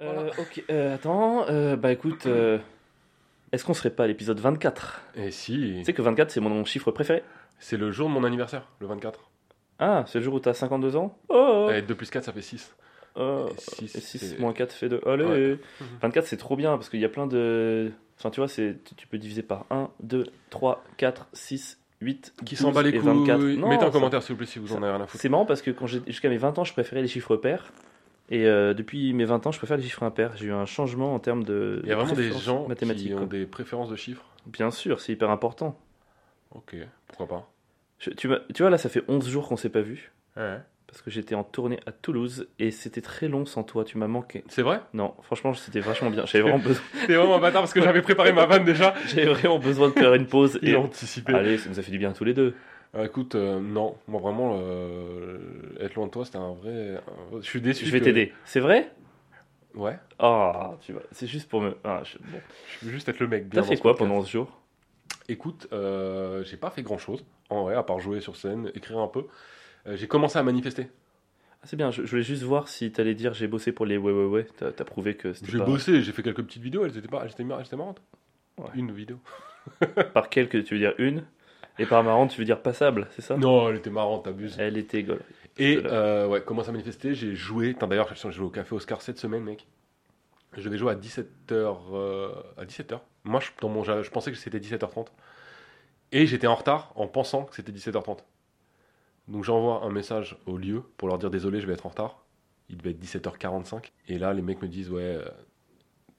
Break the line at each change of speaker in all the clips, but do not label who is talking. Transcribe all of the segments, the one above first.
Euh, ok, euh, attends, euh, bah écoute, euh, est-ce qu'on serait pas à l'épisode 24
Et Eh si,
Tu sais que 24 c'est mon, mon chiffre préféré
c'est le jour de mon anniversaire, le 24.
Ah, c'est le jour où t'as 52 ans Oh,
Et 2 plus 4, ça fait 6.
oh.
6,
6 moins 4 fait 2. Allez
Ouais.
24 c'est trop bien parce qu'il y a plein de. Enfin tu vois, c'est tu- tu peux diviser par 1, 2, 3, 4, 6, 8.
Qui s'en bat les couilles Mettez un
ça-
commentaire, s'il vous plaît, si vous en avez rien à foutre.
C'est marrant parce que quand j'ai- jusqu'à mes 20 ans, je préférais les chiffres pairs. Et euh, depuis mes 20 ans, je préfère les chiffres impairs. J'ai eu un changement en termes de.
Il y a
de
vraiment des
préférence
gens
mathématiques.
qui ont
quoi.
des préférences de chiffres.
Bien sûr, c'est hyper important.
Ok, pourquoi pas.
Je- tu, m'as- tu vois, là, ça fait 11 jours qu'on s'est pas vu.
Ouais.
Parce que j'étais en tournée à Toulouse et c'était très long sans toi, tu m'as manqué.
C'est vrai
Non, franchement, c'était vachement bien. J'avais vraiment, besoin-
T'es vraiment un bâtard parce que j'avais préparé ma vanne déjà.
j'avais vraiment besoin de faire une pause.
Il
Et
a anticipé.
Allez, ça nous a fait du bien tous les deux.
Ah, écoute, euh, non, moi vraiment, euh, être loin de toi, c'était un vrai. un vrai- Je suis déçu.
Je vais
que-
t'aider. C'est vrai
Ouais,
Ah, tu vois, c'est juste pour me. Ah, je- bon.
je veux juste être le mec. bien
T'as
dans
fait
ce
quoi
podcast.
pendant ce jour
Écoute, euh, j'ai pas fait grand chose, en vrai, à part jouer sur scène, écrire un peu. Euh, j'ai commencé à manifester.
Ah, C'est bien, je, je voulais juste voir si t'allais dire j'ai bossé pour les ouais ouais ouais. T'as t'as prouvé que c'était
J'ai
pas...
bossé, j'ai fait quelques petites vidéos, elles étaient, pas, elles étaient, mar- elles étaient marrantes.
Ouais.
Une vidéo.
Par quelle que tu veux dire une, et par marrant tu veux dire passable, c'est ça
Non, elle était marrante, t'abuses.
Elle était gaulle.
Et
c'est là.
euh, ouais, commence à manifester, j'ai joué. Putain, D'ailleurs, j'ai joué au Café Oscar cette semaine, mec. Je devais jouer à 17h. à 17h. Moi, je, dans mon, ja- je pensais que c'était 17h30. Et j'étais en retard en pensant que c'était 17h30. Donc j'envoie un message au lieu pour leur dire désolé, je vais être en retard. Il devait être 17h45. Et là, les mecs me disent ouais, euh,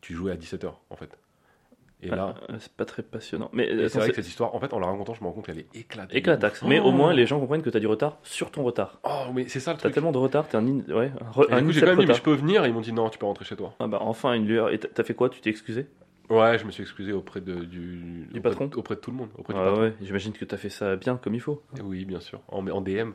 tu jouais à 17h en fait. Et là,
Ah, C'est pas très passionnant. Mais
et
attends,
c'est vrai que
c'est
cette histoire, en fait, en la racontant, je me rends compte qu'elle est éclatée.
éclataxe. Mais au moins les gens comprennent que t'as du retard sur ton retard.
Oh, mais c'est ça le
T'as
truc.
tellement de retard, t'es un, in... ouais, un, re-
Et
un
du coup,
incept
j'ai quand même dit, mais
retard.
je peux venir. Et ils m'ont dit, non, tu peux rentrer chez toi.
Ah bah enfin une lueur. Et t'as- t'as fait quoi Tu t'es excusé
Ouais, je me suis excusé auprès de, du, auprès de-
patron
auprès de tout le monde. Auprès du
Ah
patron.
ouais, j'imagine que t'as fait ça bien comme il faut.
Et Oui, bien sûr. En, en DM,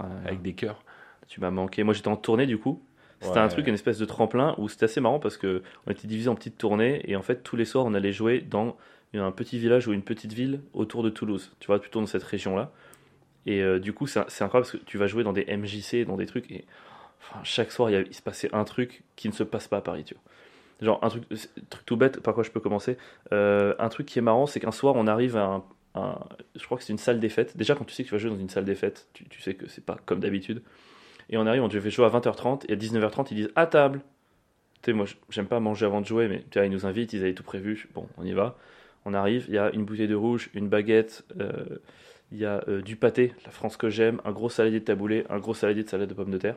Ah,
avec des cœurs.
Tu m'as manqué. Moi j'étais en tournée du coup. C'était un
Ouais.
truc, une espèce de tremplin où c'était assez marrant parce que on était divisé en petites tournées et en fait tous les soirs on allait jouer dans un petit village ou une petite ville autour de Toulouse. Tu vois, plutôt dans cette région-là. Et euh, du coup, c'est c'est incroyable parce que tu vas jouer dans des MJC, dans des trucs et enfin, chaque soir il, y a- il se passait un truc qui ne se passe pas à Paris, tu vois. Genre un truc, c'est- truc tout bête, par quoi je peux commencer. Euh, un truc qui est marrant, c'est qu'un soir on arrive à un, un- je crois que c'est une salle des fêtes. Déjà quand tu sais que tu vas jouer dans une salle des fêtes, tu, tu sais que c'est pas comme d'habitude. Et on arrive, on devait jouer à 20h30, et à 19h30, ils disent à table. Tu sais, moi, j- j'aime pas manger avant de jouer, mais tu vois, ils nous invitent, ils avaient tout prévu. Je- Bon, on y va. On arrive, il y a une bouteille de rouge, une baguette, euh, il y a euh, du pâté, la France que j'aime, un gros saladier de taboulé, un gros saladier de salade de pommes de terre.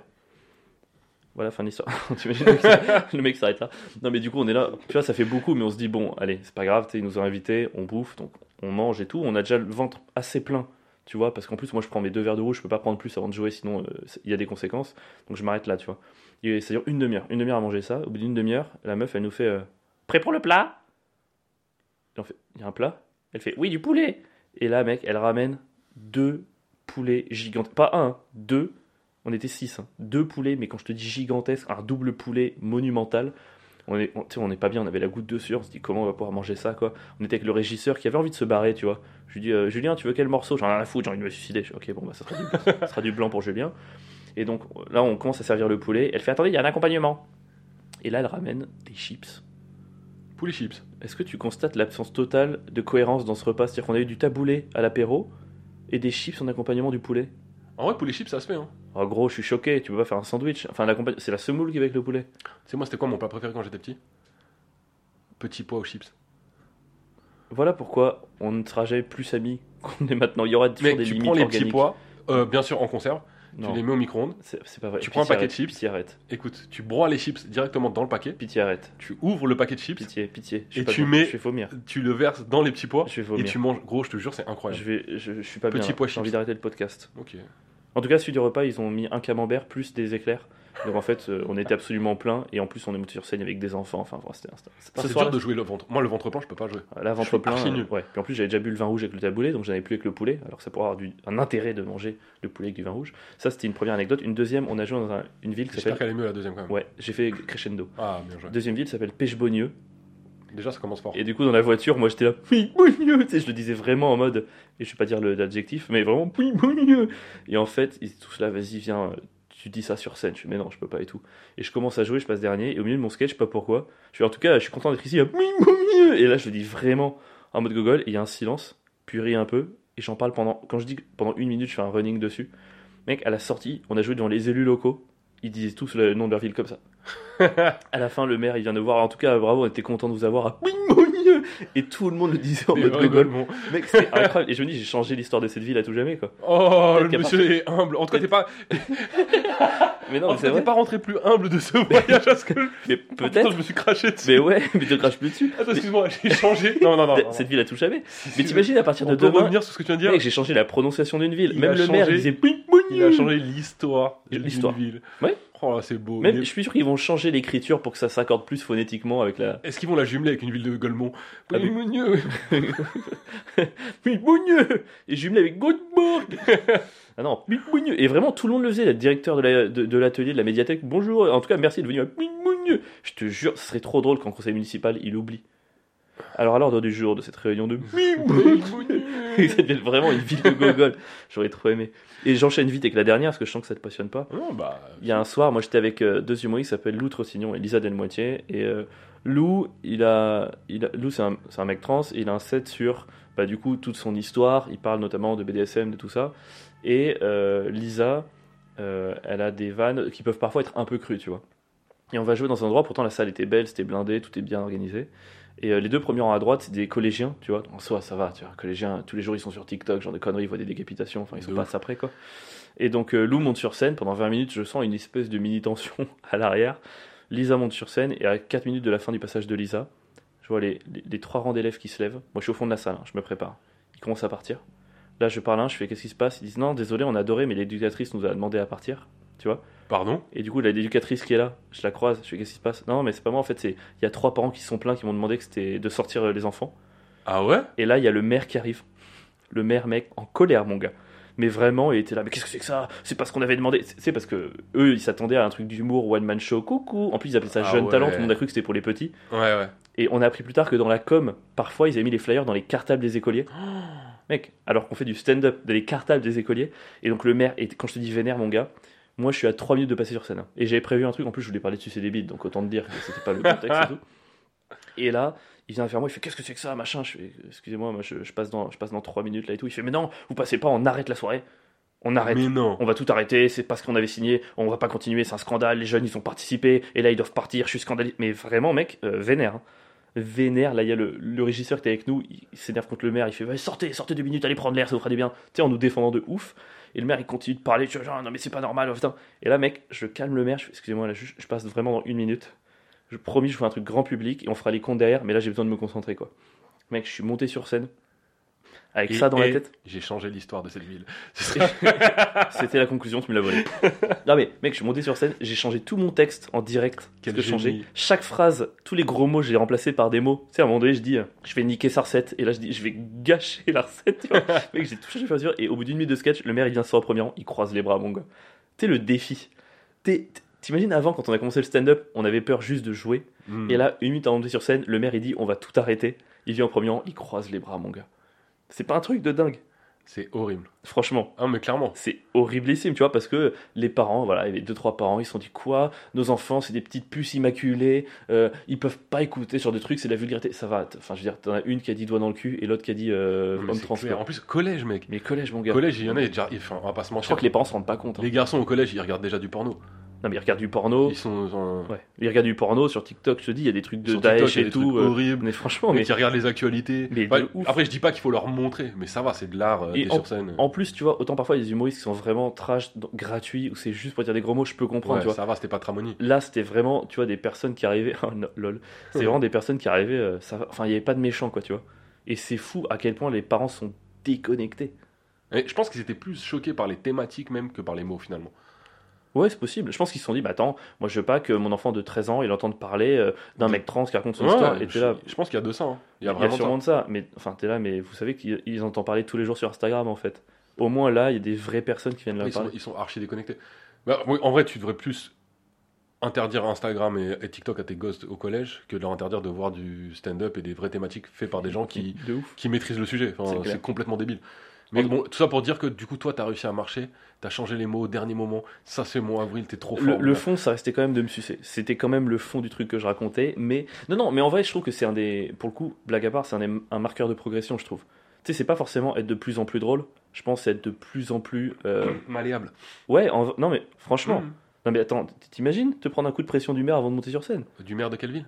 Voilà, fin de l'histoire. T'imagines le mec s'arrête- le mec s'arrête là. Non, mais du coup, on est là. Tu vois, ça fait beaucoup, mais on se dit, bon, allez, c'est pas grave, tu sais, ils nous ont invités, on bouffe, donc on mange et tout. On a déjà le ventre assez plein tu vois, parce qu'en plus, moi, je prends mes deux verres de rouge, je peux pas prendre plus avant de jouer, sinon euh, c'est- il y a des conséquences. Donc je m'arrête là, tu vois. Et ça dure une demi-heure, une demi-heure à manger ça. Au bout d'une demi-heure, la meuf, elle nous fait euh, prêt pour le plat. Et on fait, il y a un plat. Elle fait oui du poulet. Et là, mec, elle ramène deux poulets gigantes, pas un, deux. On était six, hein. deux poulets, mais quand je te dis gigantesque, un double poulet monumental. On est, on, tu sais, on est pas bien, on avait la goutte de sueur, on se dit comment on va pouvoir manger ça quoi. On était avec le régisseur qui avait envie de se barrer, tu vois. Je lui dis, euh, Julien, tu veux quel morceau J'en ai rien à foutre, j'ai envie de me suicider. Je fais, ok, bon, bah, ça, sera du, ça sera du blanc pour Julien. Et donc, là, on commence à servir le poulet. Elle fait, attendez, il y a un accompagnement. Et là, elle ramène des chips.
Poulet chips.
Est-ce que tu constates l'absence totale de cohérence dans ce repas C'est-à-dire qu'on a eu du taboulé à l'apéro et des chips en accompagnement du poulet.
En vrai, poulet chips, ça se fait. Hein.
En gros, je suis choqué, tu peux pas faire un sandwich. Enfin, l'accompa- c'est la semoule qui est avec le poulet.
Tu sais, moi, c'était quoi mon plat préféré quand j'étais petit Petit pois aux chips.
Voilà pourquoi on ne sera jamais plus amis qu'on est maintenant. Il y aura toujours
Mais
des
tu
limites
prends les petits
organiques.
pois, euh, bien sûr en conserve,
Non,
tu les mets au micro-ondes.
c'est c'est pas vrai.
Tu prends un
Pitié,
paquet de
arrête,
chips.
Pitié, arrête.
Écoute, tu broies les chips directement dans le paquet,
Pitié, arrête.
tu ouvres le paquet de chips,
Pitié, pitié. Je suis
Et
pas
tu
bien.
mets-
Je vais vomir.
tu le verses dans les petits pois
Je vais
et
vomir.
tu manges. Gros, je te jure, c'est incroyable.
Je, vais, je, je suis pas
Petit
bien.
pois
J'ai envie
chips.
d'arrêter le podcast.
Ok.
En tout cas, celui du repas, ils ont mis un camembert plus des éclairs. Donc en fait, euh, on était absolument plein. Et en plus, on est monté sur scène avec des enfants. Enfin, voilà, c'était un- c'était
Ça,
un.
C'est dur de jouer le ventre. Moi, le ventre plein, je peux pas jouer.
Là,
je
ventre
suis
plein.
archi
euh,
nul.
ouais. Puis en plus, j'avais déjà bu le vin rouge avec le taboulé, donc j'en avais plus avec le poulet. Alors que ça pourrait avoir du- un intérêt de manger le poulet avec du vin rouge. Ça, c'était une première anecdote. Une deuxième, on a joué dans un- une ville qui
J'espère
s'appelle.
qu'elle est mieux la deuxième quand même.
Ouais, j'ai fait crescendo.
Ah, bien joué.
Deuxième ville s'appelle Pêche-Beaunieu.
Déjà, ça commence fort.
Et du coup, dans la voiture, moi j'étais là, oui, bon mieux. Tu sais, je le disais vraiment en mode, et je vais pas dire le- l'adjectif, mais vraiment, oui, bon mieux. Et en fait, ils étaient tous là, vas-y, viens, euh, tu- tu dis ça sur scène. Je fais, mais non, je peux pas et tout. Et je commence à jouer, je passe dernier, et au milieu de mon sketch, je sais pas pourquoi, je fais, en tout cas, je suis content d'être ici. Et là, je le dis vraiment en mode gogol, et il y a un silence, puis rire un peu, et j'en parle pendant, quand je dis que pendant une minute, je fais un running dessus. Mec, à la sortie, on a joué devant les élus locaux, ils disaient tous le nom de leur ville comme ça. à la fin, le maire, il vient de voir, en tout cas, bravo, on était content de vous avoir à et tout le monde le disait en
Des
mode
vrais
gogol.
golemons.
Mec, c'était incroyable. Et je me dis, j'ai changé l'histoire de cette ville à tout jamais, quoi.
Oh,
Peut-être
le
qu'à
monsieur est humble. En tout cas, t'es pas,
Mais non,
en tout
c'est
cas, t'es
vrai.
pas rentré plus humble de ce voyage à ce que je-
Mais
Putain,
peut-être.
je me suis craché dessus.
Mais ouais, mais te crache plus dessus.
Attends, excuse-moi, j'ai changé. Non, non, non.
Mais-
non, non.
Cette ville a tout jamais.
Si, si,
Mais t'imagines à partir
on
de
peut
demain,
revenir sur ce que tu viens de dire.
mec, j'ai changé la prononciation d'une ville.
Il
Même
a
le maire,
changé-
il disait
Il a changé l'histoire d'une
L'histoire.
ville.
Ouais.
Oh là, c'est beau.
Même,
Mais
je suis sûr qu'ils vont changer l'écriture pour que ça s'accorde plus phonétiquement avec la.
Est-ce qu'ils vont la jumeler avec une ville de Golemont
Ah, mais-
Golemonieux.
Milbounieux Et jumelé avec Göteborg Ah non, Milbounieux Et vraiment, tout le monde le faisait, le directeur de l'atelier, la, de, de, l'atelier, de la médiathèque. Bonjour, en tout cas, merci de venir. Milbounieux Je te jure, ce serait trop drôle quand le conseil municipal il oublie. Alors, à l'ordre du jour de cette réunion de
Golemonieux.
ça devient vraiment une ville de gogol. J'aurais trop aimé. Et j'enchaîne vite avec la dernière parce que je sens que ça te passionne pas.
Non, bah.
Il y a un soir, moi j'étais avec euh, deux humoristes qui s'appellent Lou Trossignon et Lisa Delmoitier. Et euh, Lou, il a, il a- Lou c'est un, c'est un mec trans et il a un set sur bah, du coup toute son histoire. Il parle notamment de BDSM, de tout ça. Et euh, Lisa, euh, elle a des vannes qui peuvent parfois être un peu crues, tu vois. Et on va jouer dans un endroit, pourtant la salle était belle, c'était blindé, tout est bien organisé. Et euh, les deux premiers rangs à droite, c'est des collégiens, tu vois. En soi, ça va, tu vois. Collégiens, tous les jours, ils sont sur TikTok, genre des conneries, ils voient des décapitations, enfin, ils sont
De
pas après, quoi. Et donc, euh, Lou monte sur scène. Pendant 20 minutes, je sens une espèce de mini-tension à l'arrière. Lisa monte sur scène, et à 4 minutes de la fin du passage de Lisa, je vois les, les- les trois rangs d'élèves qui se lèvent. Moi, je suis au fond de la salle, hein, je me prépare. Ils commencent à partir. Là, je parle à un, je fais qu'est-ce qui se passe Ils disent non, désolé, on a adoré, mais l'éducatrice nous a demandé à partir.
Pardon
Et du coup, la l'éducatrice qui est là, je la croise, je fais qu'est-ce qui se passe Non, mais c'est pas moi en fait, c'est il y a trois parents qui se sont plaints, qui m'ont demandé que c'était de sortir euh, les enfants.
Ah ouais
Et là, il y a le maire qui arrive. Le maire, mec, en colère, mon gars. Mais vraiment, il était là, mais qu'est-ce que c'est que ça C'est pas ce qu'on avait demandé. C'est c'est parce que eux, ils s'attendaient à un truc d'humour, one man show, coucou. En plus, ils appelaient ça
Ah
jeune
ouais.
talent, tout le monde a cru que c'était pour les petits.
Ouais, ouais.
Et on a appris plus tard que dans la com, parfois, ils avaient mis les flyers dans les cartables des écoliers. Mec, alors qu'on fait du stand-up dans les cartables des écoliers. Et donc le maire, et quand je te dis vénère, mon gars, moi je suis à 3 minutes de passer sur scène. hein. Et j'avais prévu un truc, en plus je voulais parler de sucer des bites, donc autant te dire que c'était pas le contexte et tout. Et là, il vient vers moi, il fait Qu'est-ce que c'est que ça, machin Je fais Excusez-moi, moi, je, je passe dans, je passe dans 3 minutes là et tout. Il fait Mais non, vous passez pas, on arrête la soirée. On arrête.
Mais non.
On va tout arrêter, c'est parce qu'on avait signé, on va pas continuer, c'est un scandale, les jeunes ils ont participé, et là ils doivent partir, je suis scandalisé. Mais vraiment, mec, euh, vénère. hein. Vénère, là il y a le, le régisseur qui est avec nous, il, il s'énerve contre le maire, il fait Vas-y, sortez, sortez deux minutes, allez prendre l'air, ça vous fera du bien. Tu sais, en nous défendant de ouf. Et le maire il continue de parler, tu vois, genre, non mais c'est pas normal, oh, putain. Et là, mec, je calme le maire, je fais, Excusez-moi, là je, je passe vraiment dans une minute. Je promis, je fais un truc grand public et on fera les comptes derrière, mais là j'ai besoin de me concentrer quoi. Mec, je suis monté sur scène avec ça dans la
Et-
tête.
J'ai changé l'histoire de cette ville.
C'était la conclusion, tu me l'as volé. Non mais mec, je suis monté sur scène, j'ai changé tout mon texte en direct.
Quel
Parce que
génie.
changer. Chaque phrase, tous les gros mots, je les remplacés par des mots. Tu sais, à un moment donné, je dis, euh, je vais niquer sa recette, et là je dis, je vais gâcher la recette. Tu vois mec, j'ai tout changé au fur et à mesure, et au bout d'une minute de sketch, le maire il vient sur au premier rang, il croise les bras, mon gars. Tu sais, le défi. T'es- t- T'imagines avant, quand on a commencé le stand-up, on avait peur juste de jouer.
Hmm.
Et là, une minute avant de monter sur scène, le maire il dit, on va tout arrêter. Il vient au premier rang, il croise les bras, mon gars. C'est pas un truc de dingue,
C'est horrible.
franchement.
Ah, mais clairement.
C'est horriblissime, tu vois, parce que les parents, voilà, il y avait deux, trois parents, ils se sont dit quoi Nos enfants, c'est des petites puces immaculées, euh, ils peuvent pas écouter sur des trucs, c'est de la vulgarité. Ça va, t- enfin, je veux dire, t'en as une qui a dit doigt dans le cul et l'autre qui a dit euh,
Non, mais
homme
c'est
trans.
clair.
quoi.
En plus, collège, mec.
Mais collège, mon gars.
Collège, il y en a, il y a déjà. Enfin, on va pas se
Je
mentir.
crois que les parents se rendent pas compte. hein.
Les garçons au collège, ils regardent déjà du porno.
Non, mais ils regardent du porno.
Ils sont. en-
Oh. Ouais. Ils regardent du porno sur TikTok, je te dis, il y a des trucs de
sur TikTok,
Daesh
il y a
et
des
tout.
trucs
euh,
horribles.
mais franchement,
Mais
mais
qui regardent les actualités.
Mais
Enfin,
de ouf.
après, je dis pas qu'il faut leur montrer, mais ça va, c'est de l'art euh,
Et
d'être sur scène.
en plus, tu vois, autant parfois, il y a des humoristes qui sont vraiment trash, donc, gratuits, ou c'est juste pour dire des gros mots, je peux comprendre,
Ouais,
tu vois.
ça va, c'était pas Tramoni.
Là, c'était vraiment, tu vois, des personnes qui arrivaient. Oh, no- lol. C'est vraiment des personnes qui arrivaient. euh, ça... va- Enfin, il n'y avait pas de méchants, quoi, tu vois. Et c'est fou à quel point les parents sont déconnectés.
Et je pense qu'ils étaient plus choqués par les thématiques même que par les mots finalement.
Ouais, c'est possible. Je pense qu'ils se sont dit, bah attends, moi je veux pas que mon enfant de 13 ans il entende parler euh, d'un
De-
mec trans qui raconte son
Ouais,
histoire. Et
je,
t'es là.
je pense qu'il y a de ça. hein. Il y a
Il y a
vraiment
sûrement de ça. Mais enfin, t'es là, mais vous savez qu'ils ils entendent parler tous les jours sur Instagram, en fait. Au moins là, il y a des vraies personnes qui viennent
ça.
leur
Ils sont,
parler.
ils sont archi déconnectés. Bah, oui, en vrai, tu devrais plus interdire Instagram et, et TikTok à tes gosses au collège que de leur interdire de voir du stand-up et des vraies thématiques faites par des gens qui,
De ouf.
qui maîtrisent le sujet. Enfin,
C'est clair.
c'est complètement débile. Mais bon, tout ça pour dire que du coup, toi, t'as réussi à marcher, t'as changé les mots au dernier moment. Ça, c'est mon avril, t'es trop
Le,
fort.
le
mon gars.
fond, ça restait quand même de me sucer. C'était quand même le fond du truc que je racontais. Mais non, non, mais en vrai, je trouve que c'est un des. Pour le coup, blague à part, c'est un, des- un marqueur de progression, je trouve. Tu sais, c'est pas forcément être de plus en plus drôle. Je pense être de plus en plus. euh,
Malléable.
Ouais, en- non, mais franchement.
Mhm.
Non, mais attends, t- t'imagines te prendre un coup de pression du maire avant de monter sur scène
Du maire de quelle ville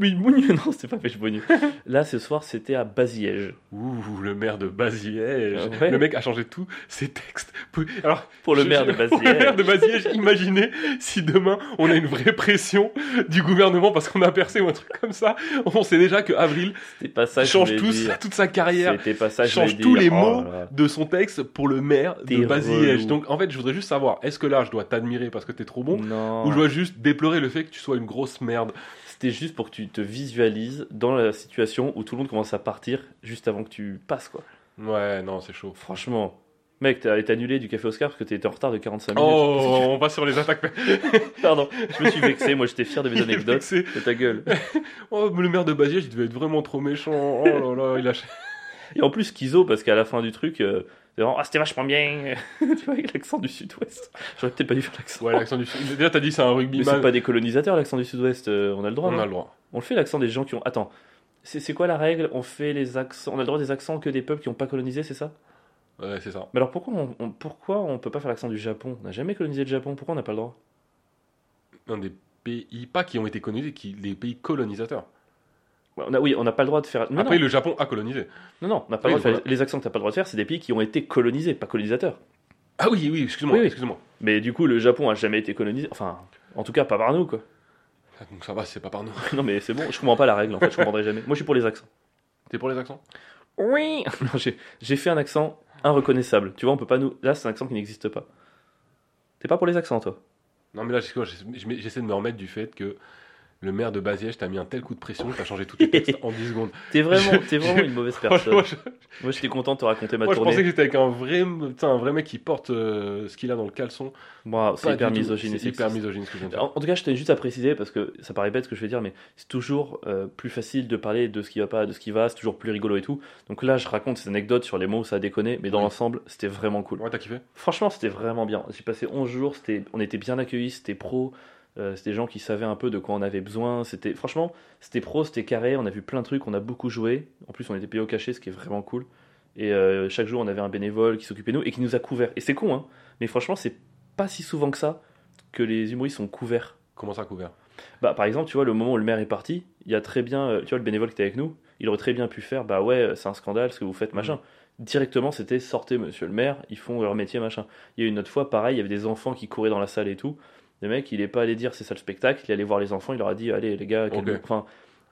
Oui, Bougneux, non, c'est pas Pêche Bougneux. Là, ce soir, c'était à Baziège.
Ouh, le maire de Baziège.
Ah ouais.
Le mec a changé tous ses textes. Pou- Alors,
Pour le
je-
maire de
je- Pour le maire
Baziège.
de Baziège, imaginez si demain on a une vraie pression du gouvernement parce qu'on a percé ou un truc comme ça. On sait déjà que Avril
C'était pas ça que je
change
voulais
tous-
dire.
toute sa carrière
C'était pas ça que je
change
voulais
tous
dire.
les
Oh
mots.
là là.
de son texte pour le maire
T'es
de Baziège.
relou.
Donc en fait, je voudrais juste savoir, est-ce que là je dois t'admirer parce que t'es trop bon
Non.
ou je dois juste déplorer le fait que tu sois une grosse merde
C'était juste pour que tu te visualises dans la situation où tout le monde commence à partir juste avant que tu passes, quoi.
Ouais, non, c'est chaud.
Franchement, mec, t'as été annulé du Café Oscar parce que t'étais en retard de 45 minutes.
Oh, on va sur les attaques.
Pardon, je me suis vexé, moi j'étais fier de mes
Il est
anecdotes.
vexé.
De ta gueule.
Oh, mais le maire de Baziège, il devait être vraiment trop méchant. Oh là là, il a
Et en plus, Kizo, parce qu'à la fin du truc, euh, c'est vraiment, ah, c'était vachement bien. tu vois, avec l'accent du sud-ouest. J'aurais peut-être pas dû faire l'accent.
Ouais, l'accent du sud. Déjà, t'as dit c'est un
Mais c'est
rugbyman.
pas des colonisateurs, l'accent du sud-ouest, euh, on a le droit.
On
non
a le droit.
On le fait l'accent des gens qui ont. Attends, c'est c'est quoi la règle On fait les accents. On a le droit des accents que des peuples qui n'ont pas colonisé, c'est ça
Ouais, c'est ça.
Mais alors pourquoi on, on- pourquoi on peut pas faire l'accent du Japon On n'a jamais colonisé le Japon, pourquoi on n'a pas le droit
Un des pays, pas qui ont été colonisés, qui, les pays colonisateurs.
Ouais, Bah, on a, Oui, on n'a pas le droit de faire. Non,
Après, le Japon a colonisé.
non, non, non, on n'a pas
Oui,
le droit de faire
voilà.
les, les accents que t'as pas le droit de faire, c'est des pays qui ont été colonisés, pas colonisateurs.
Ah oui, oui, excuse-moi,
Oui, oui.
excuse-moi.
Mais du coup, le Japon a jamais été colonisé. Enfin, en tout cas, pas par nous, quoi.
Ah, Donc ça va, c'est pas par nous.
non, mais c'est bon, je comprends pas la règle, en fait, je comprendrai jamais. Moi, je suis pour les accents.
T'es pour les accents
Oui Non, j'ai- j'ai fait un accent inreconnaissable. Tu vois, on peut pas nous. Là, c'est un accent qui n'existe pas. T'es pas pour les accents, toi
Non, mais là, excuse-moi, j'ess- j'ess- j'essaie de me remettre du fait que le maire de Baziège t'a mis un tel coup de pression que t'as changé tous tes textes en 10 secondes.
T'es vraiment,
Je-
t'es vraiment une mauvaise personne.
Franchement, je-
Moi, j'étais content de te raconter ma
moi, je
tournée.
pensais que j'étais avec un vrai, putain, un vrai mec qui porte euh, ce qu'il a dans le caleçon.
Moi, c'est
Pas
hyper
du tout.
misogyne. et
C'est hyper
sexiste.
misogyne ce que je viens de dire.
En, en tout cas, je tenais juste à préciser parce que ça paraît bête ce que je vais dire, mais c'est toujours euh, plus facile de parler de ce qui va pas, de ce qui va. C'est toujours plus rigolo et tout. Donc là, je raconte ces anecdotes sur les mots où ça a déconné, mais dans
Oui.
l'ensemble, c'était vraiment cool.
Ouais, t'as kiffé
Franchement, c'était vraiment bien. J'ai passé 11 jours, c'était, on était bien accueillis, c'était pro, euh, c'était des gens qui savaient un peu de quoi on avait besoin. C'était, franchement, c'était pro, c'était carré, on a vu plein de trucs, on a beaucoup joué. En plus, on était payé au cachet, ce qui est vraiment cool. Et euh, chaque jour, on avait un bénévole qui s'occupait de nous et qui nous a couverts. Et c'est con, hein, mais franchement, c'est pas si souvent que ça que les humoristes sont couverts.
Comment ça, couvert
Bah, par exemple, tu vois, le moment où le maire est parti, il y a très bien, euh, tu vois, le bénévole qui était avec nous, il aurait très bien pu faire, bah ouais, euh, c'est un scandale ce que vous faites,
Mm.
machin. Directement, c'était sortez, monsieur le maire, ils font leur métier, machin. Il y a une autre fois, pareil, il y avait des enfants qui couraient dans la salle et tout. Le mec, il est pas allé dire c'est ça le spectacle, il est allé voir les enfants, il leur a dit, allez les gars, calmez-vous.
Ok.
enfin,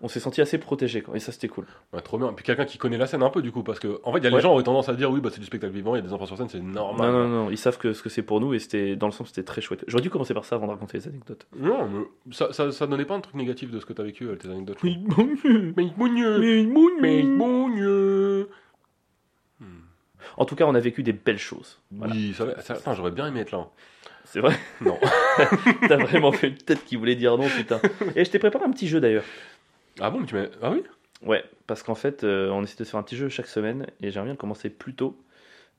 on s'est senti assez protégé quoi, et ça c'était cool.
Ouais, trop bien. Puis quelqu'un qui connaît la scène un peu du coup, parce que en fait, il y a les
Ouais.
gens auraient tendance à dire oui, bah c'est du spectacle vivant, il y a des enfants sur scène, c'est normal.
non, non, non, ils savent que ce que c'est pour nous et c'était, dans le sens, c'était très chouette. J'aurais dû commencer par ça avant de raconter les anecdotes.
Non, mais ça, ça, ça donnait pas un truc négatif de ce que t'as vécu, euh, tes anecdotes. je
Mais
crois. Mais bon Dieu, mais bon Dieu. Hmm.
En tout cas, on a vécu des belles choses. Voilà.
Oui, ça, va- ça- putain, j'aurais bien aimé être là. hein.
C'est vrai.
Non.
T'as vraiment fait une tête qui voulait dire non, putain. Et je t'ai préparé un petit jeu d'ailleurs.
ah bon, mais tu m'as. Ah oui
Ouais, parce qu'en fait, euh, on essaie de se faire un petit jeu chaque semaine et j'aimerais bien le commencer plus tôt.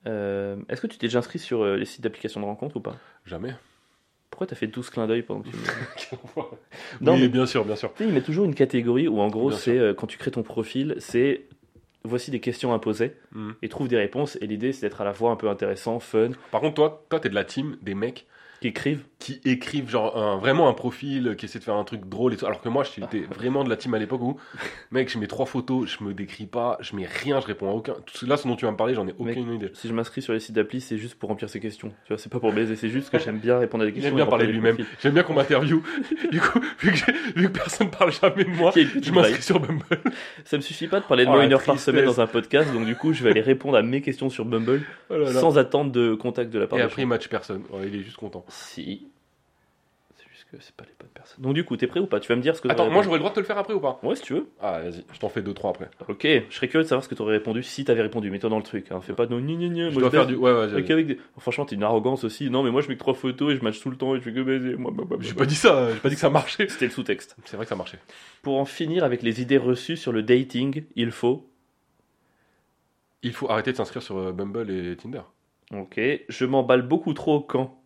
Euh, Est-ce que tu t'es déjà inscrit sur euh, les sites d'application de rencontre ou pas
Jamais.
Pourquoi t'as fait 12 clins d'œil pendant que tu me- Non,
non, oui,
mais-
bien sûr, bien sûr.
Tu sais, il met toujours une catégorie où en gros,
Bien
c'est euh, quand tu crées ton profil, c'est voici des questions imposées
Hmm.
et trouve des réponses. Et l'idée, c'est d'être à la fois un peu intéressant, fun,
Par contre, toi, toi, t'es de la team des mecs
qui écrivent.
qui écrivent genre un- vraiment un profil, qui essaie de faire un truc drôle et tout. Alors que moi, j'étais vraiment de la team à l'époque où, mec, je mets trois photos, je me décris pas, je mets rien, je réponds à aucun. Tout ce- Là, ce dont tu vas me parler, j'en ai aucune
Mec,
idée.
Si je m'inscris sur les sites d'appli, c'est juste pour remplir ces questions. Tu vois, c'est pas pour baiser, c'est juste que j'aime bien répondre à des
Il
questions.
aime
et
bien parler
remplir
de
les
lui-même.
profils.
J'aime bien qu'on m'interview. du coup, vu que, j'ai- vu que personne parle jamais de moi,
Qui est le petit
je
braille.
m'inscris sur Bumble.
Ça me suffit pas de parler de
Oh,
moi
la
une heure par
tristesse.
semaine dans un podcast, donc du coup, je vais aller répondre à mes questions sur Bumble
Oh là là.
sans attendre de contact de la part
Et
de
après, il match personne. Ouais, il est juste content.
gens. Si. C'est juste que c'est pas les bonnes personnes. Donc du coup, t'es prêt ou pas Tu vas me dire ce que
Attends,
t'aurais
moi
répondu.
j'aurais le droit de te le faire après ou pas
Ouais, si tu veux.
Ah, vas-y, je t'en fais deux, trois après.
Ok, je serais curieux de savoir ce que t'aurais répondu si t'avais répondu. Mets-toi dans le truc. hein. Fais pas de ni ni ni. moi,
Je dois
baise
faire du. Ouais, ouais, vas-y,
avec-
vas-y.
avec des- Franchement, t'es une arrogance aussi. Non, mais moi, je mets que trois photos et je match tout le temps et je fais que baiser. Moi, bah, bah, bah,
J'ai
bah.
pas dit ça, j'ai pas dit que ça marchait.
C'était le sous-texte.
C'est vrai que ça marchait.
Pour en finir avec les idées reçues sur le dating, il faut
Il faut arrêter de s'inscrire sur euh, Bumble et Tinder.
Ok, je m'emballe beaucoup trop au camp.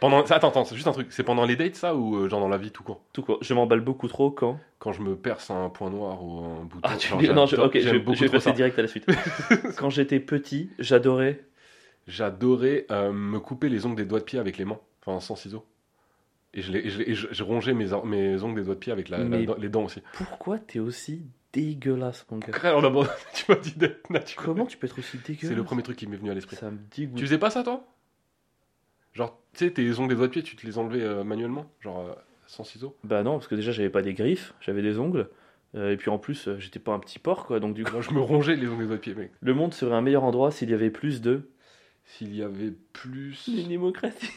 Pendant... Attends, attends, c'est juste un truc. C'est pendant les dates, ça, ou euh, genre dans la vie tout court
Tout court, je m'emballe beaucoup trop au camp.
Quand je me perce un point noir ou un bouton.
Ah, tu
genre,
non, je,
j'adore-
ok, je,
j'aime
je vais
trop
passer
ça.
direct à la suite. Quand j'étais petit, j'adorais.
J'adorais euh, me couper les ongles des doigts de pied avec les mains, enfin sans ciseaux. Et je, les- et je les- et je- je rongeais mes, or- mes ongles des doigts de pied avec la- la
Mais-
dent- les dents aussi.
Pourquoi t'es aussi dégueulasse, mon gars
Crème, on abandonne. tu m'as dit d'être naturel.
Comment tu peux être aussi dégueulasse
C'est le premier truc qui m'est venu à l'esprit.
Ça me
Tu
dégoûte.
faisais pas ça, toi Genre, tu sais, tes ongles des doigts de pied, tu te les enlevais euh, manuellement, genre euh, sans ciseaux.
Bah non, parce que déjà, j'avais pas des griffes, j'avais des ongles. Euh, et puis en plus, euh, j'étais pas un petit porc, quoi. Donc du coup,
Moi, je me rongeais les ongles des doigts de pied, mec.
le monde serait un meilleur endroit s'il y avait plus de.
S'il y avait plus.
Minimocratie.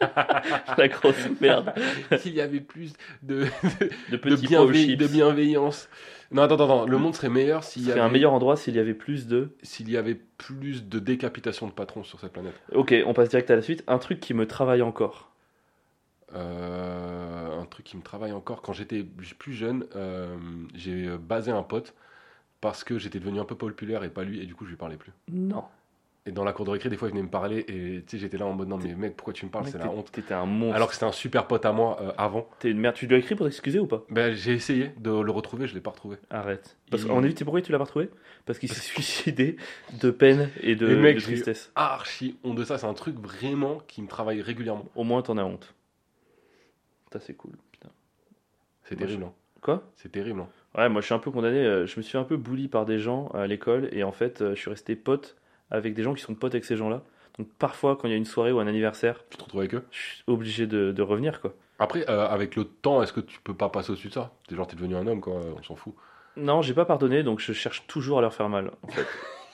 La grosse merde.
S'il y avait plus de,
De
de,
petits pois aux
bienveille-
chips. Mmh.
de bienveillance. Non, attends, attends, attends, le monde serait meilleur
Ce
s'il y
serait
avait.
un meilleur endroit s'il y avait plus de.
s'il y avait plus de décapitation de patrons sur cette planète.
Ok, on passe direct à la suite. Un truc qui me travaille encore.
Euh, un truc qui me travaille encore, quand j'étais plus jeune, euh, j'ai euh, basé un pote parce que j'étais devenu un peu populaire et pas lui, et du coup je lui parlais plus.
Non.
Et dans la cour de récré, des fois il venait me parler, et tu sais, j'étais là en mode non, mais mec, pourquoi tu me parles,
Mec,
Ah, c'est
t'es-
la honte.
T'étais un monstre.
Alors que c'était un super pote à moi euh, avant,
T'es une merde. Tu lui as écrit pour t'excuser ou pas
ben, j'ai essayé de le retrouver, je l'ai pas retrouvé.
Arrête. Parce
Il-
qu'on évite pourquoi tu l'as pas retrouvé Parce qu'il s'est suicidé de peine et de,
Et mec,
de
je l'ai-
tristesse.
Archi honte de ça, c'est un truc vraiment qui me travaille régulièrement.
Au moins t'en as honte. Ça c'est cool. Putain.
C'est
Moi,
terrible, hein.
Quoi
c'est terrible. hein.
Ouais, moi je suis un peu condamné. euh, Je me suis un peu bouli par des gens à l'école et en fait euh, je suis resté pote avec des gens qui sont potes avec ces gens-là. Donc parfois quand il y a une soirée ou un anniversaire,
Tu te retrouves avec eux.
je suis obligé de, de revenir quoi.
Après, euh, avec le temps, est-ce que tu peux pas passer au-dessus de ça T'es genre, t'es devenu un homme, quoi, on s'en fout.
Non, j'ai pas pardonné donc je cherche toujours à leur faire mal.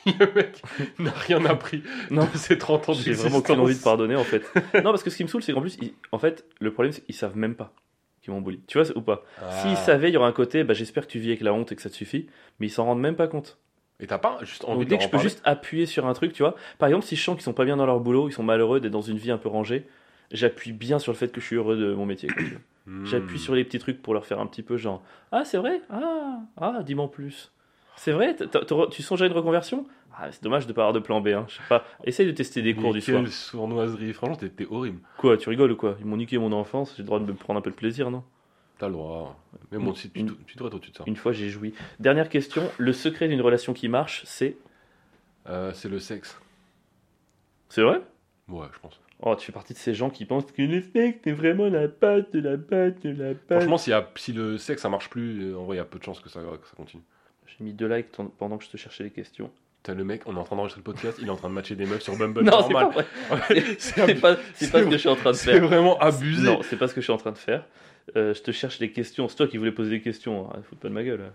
le mec n'a rien appris
Non.
de ses 30 ans
J'ai
d'existence.
vraiment aucune envie de pardonner en fait. non, parce que ce qui me saoule, c'est qu'en plus, ils- en fait, le problème, c'est qu'ils savent même pas qu'ils m'ont bully. Tu vois, ou pas
Ah.
S'ils savaient, il y aurait un côté, bah, j'espère que tu vis avec la honte et que ça te suffit, mais ils s'en rendent même pas compte.
Et t'as pas juste envie
Donc
de
dès
leur
que je
en
peux
parler
juste appuyer sur un truc, tu vois, par exemple, si je sens qu'ils sont pas bien dans leur boulot, ils sont malheureux d'être dans une vie un peu rangée, j'appuie bien sur le fait que je suis heureux de mon métier. quoi, tu vois.
Hmm.
J'appuie sur les petits trucs pour leur faire un petit peu genre, ah, c'est vrai Ah, ah dis-moi en plus. C'est vrai T'as- t'as- t'aurais- Tu songes à une reconversion ah, C'est dommage de pas avoir de plan B. Hein. Je sais pas. Essaye de tester des
Mais
cours du soir.
Quelle sournoiserie, franchement, t'es- t'es horrible.
Quoi, tu rigoles ou quoi Ils m'ont niqué mon enfance, j'ai le droit de me prendre un peu de plaisir, non
T'as le droit. Mais bon, si tu,
Une-
tu dois être au-dessus de ça.
Une fois j'ai joui. Dernière question, le secret d'une relation qui marche, c'est.
Euh, c'est le sexe.
C'est vrai
Ouais, je pense.
Oh, tu fais partie de ces gens qui pensent que le sexe, c'est vraiment la pâte, de la pâte, de la pâte.
Franchement, s'il y a- si le sexe ça marche plus, euh, en vrai, il y a peu de chances que ça, que ça continue.
j'ai mis deux likes ton- pendant que je te cherchais les questions.
T'as le mec, on est en train d'enregistrer le podcast, il est en train de matcher des meufs sur Bumble.
non, c'est pas
normal.
vrai.
C'est
C'est
abusé.
pas, c'est pas ce
c'est-
que je suis en train de
C'est
faire.
vraiment abusé.
Non, c'est pas ce que je suis en train de faire. Euh, je te cherche les questions. C'est toi qui voulais poser des questions. hein. Faut pas de ma gueule.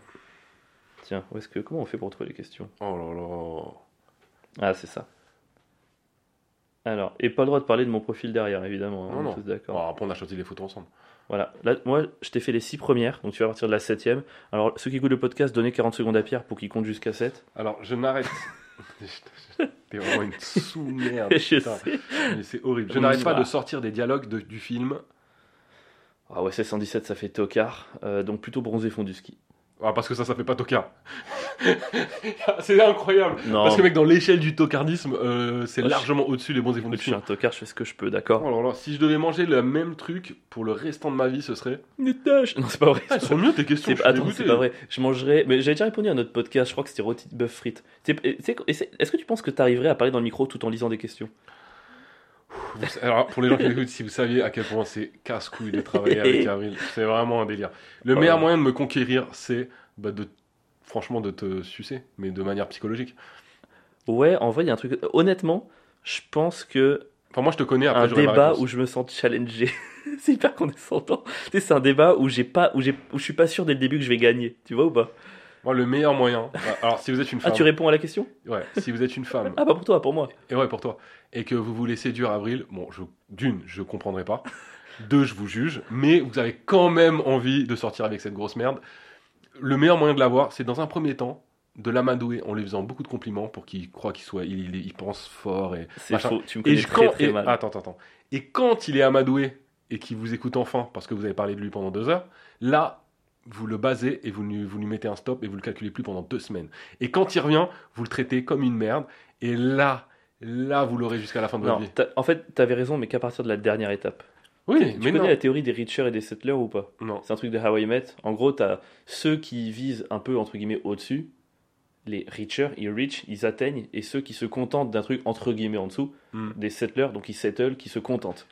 Tiens, où est-ce que comment on fait pour trouver les questions
Oh là là.
Ah, c'est ça. Alors, et pas le droit de parler de mon profil derrière, évidemment. hein,
Non,
on est
non. Ah.
tous d'accord.
Bon, après, on a choisi les photos ensemble.
Voilà. Là, moi, je t'ai fait les 6 premières, donc tu vas partir de la 7 Alors, ceux qui écoutent le podcast, donnez 40 secondes à Pierre pour qu'il compte jusqu'à 7.
Alors, je n'arrête. T'es vraiment une sous-merde.
je
putain.
sais.
Mais c'est horrible. Je
Mm.
n'arrête pas
Voilà.
de sortir des dialogues de- du film.
Ah ouais, 717, ça fait tocard. Euh, donc, plutôt bronzé fond du ski.
Ah, parce que ça, ça fait pas tocard. c'est incroyable.
Non,
Parce que, mec, dans l'échelle du tocardisme, euh, c'est
Ah, Oh. je- hein.
largement au-dessus des bons
je suis
évolutions.
un tocard, je fais ce que je peux, d'accord
Oh là là, si je devais manger le même truc pour le restant de ma vie, ce serait.
Une tâche Non, c'est pas vrai.
Ah, elles sont mieux tes questions.
C'est
je
pas,
suis
attends,
dégoûté.
c'est pas vrai. Je mangerais. Mais j'avais déjà répondu à un autre podcast, je crois que c'était rôti de bœuf frites. Tu sais- et- tu sais- et c'est- Est-ce que tu penses que t'arriverais à parler dans le micro tout en lisant des questions
Vous- Alors, pour les gens qui écoutent, si vous saviez à quel point c'est casse-couille de travailler avec Avril, c'est vraiment un délire. Le
Ouais.
meilleur moyen de me conquérir, c'est bah, de. Franchement, de te sucer, mais de manière psychologique.
Ouais, en vrai, il y a un truc. Honnêtement, je pense que
Enfin, moi, je te connais après
un
j'aurai ma
débat
réponse.
où je me sens challengé. c'est hyper condescendant. Tu sais, c'est un débat où j'ai pas, où j'ai, où je suis pas sûr dès le début que je vais gagner. Tu vois ou pas
Moi, le meilleur moyen. bah, alors, si vous êtes une
Ah,
femme.
tu réponds à la question
Ouais, si vous êtes une femme.
Ah, pas pour toi, pour moi.
Et ouais, pour toi. Et que vous voulez séduire Avril. Bon, je, d'une, je comprendrai pas. Deux, je vous juge. Mais vous avez quand même envie de sortir avec cette grosse merde. Le meilleur moyen de l'avoir, c'est dans un premier temps de l'amadouer en lui faisant beaucoup de compliments pour qu'il croit qu'il soit, il, il- il pense fort et.
C'est
machin.
faux. Tu me
Et
connais
je-
très
quand-
très
et- Ah,
mal.
attends, attends, attends. Et quand il est amadoué et qu'il vous écoute enfin parce que vous avez parlé de lui pendant deux heures, là, vous le basez et vous lui, vous lui mettez un stop et vous le calculez plus pendant deux semaines. Et quand il revient, vous le traitez comme une merde. Et là, là, vous l'aurez jusqu'à la fin de votre
Non,
vie.
t'as- en fait, t'avais raison, mais qu'à partir de la dernière étape.
Oui,
tu
mais
connais
non.
la théorie des Reachers et des Settlers ou pas
Non.
C'est un truc de How I Met. En gros, t'as ceux qui visent un peu, entre guillemets, au-dessus, les Reachers, ils reach, ils atteignent, et ceux qui se contentent d'un truc, entre guillemets, en dessous,
Mm.
des settlers, donc ils settle, qui se contentent.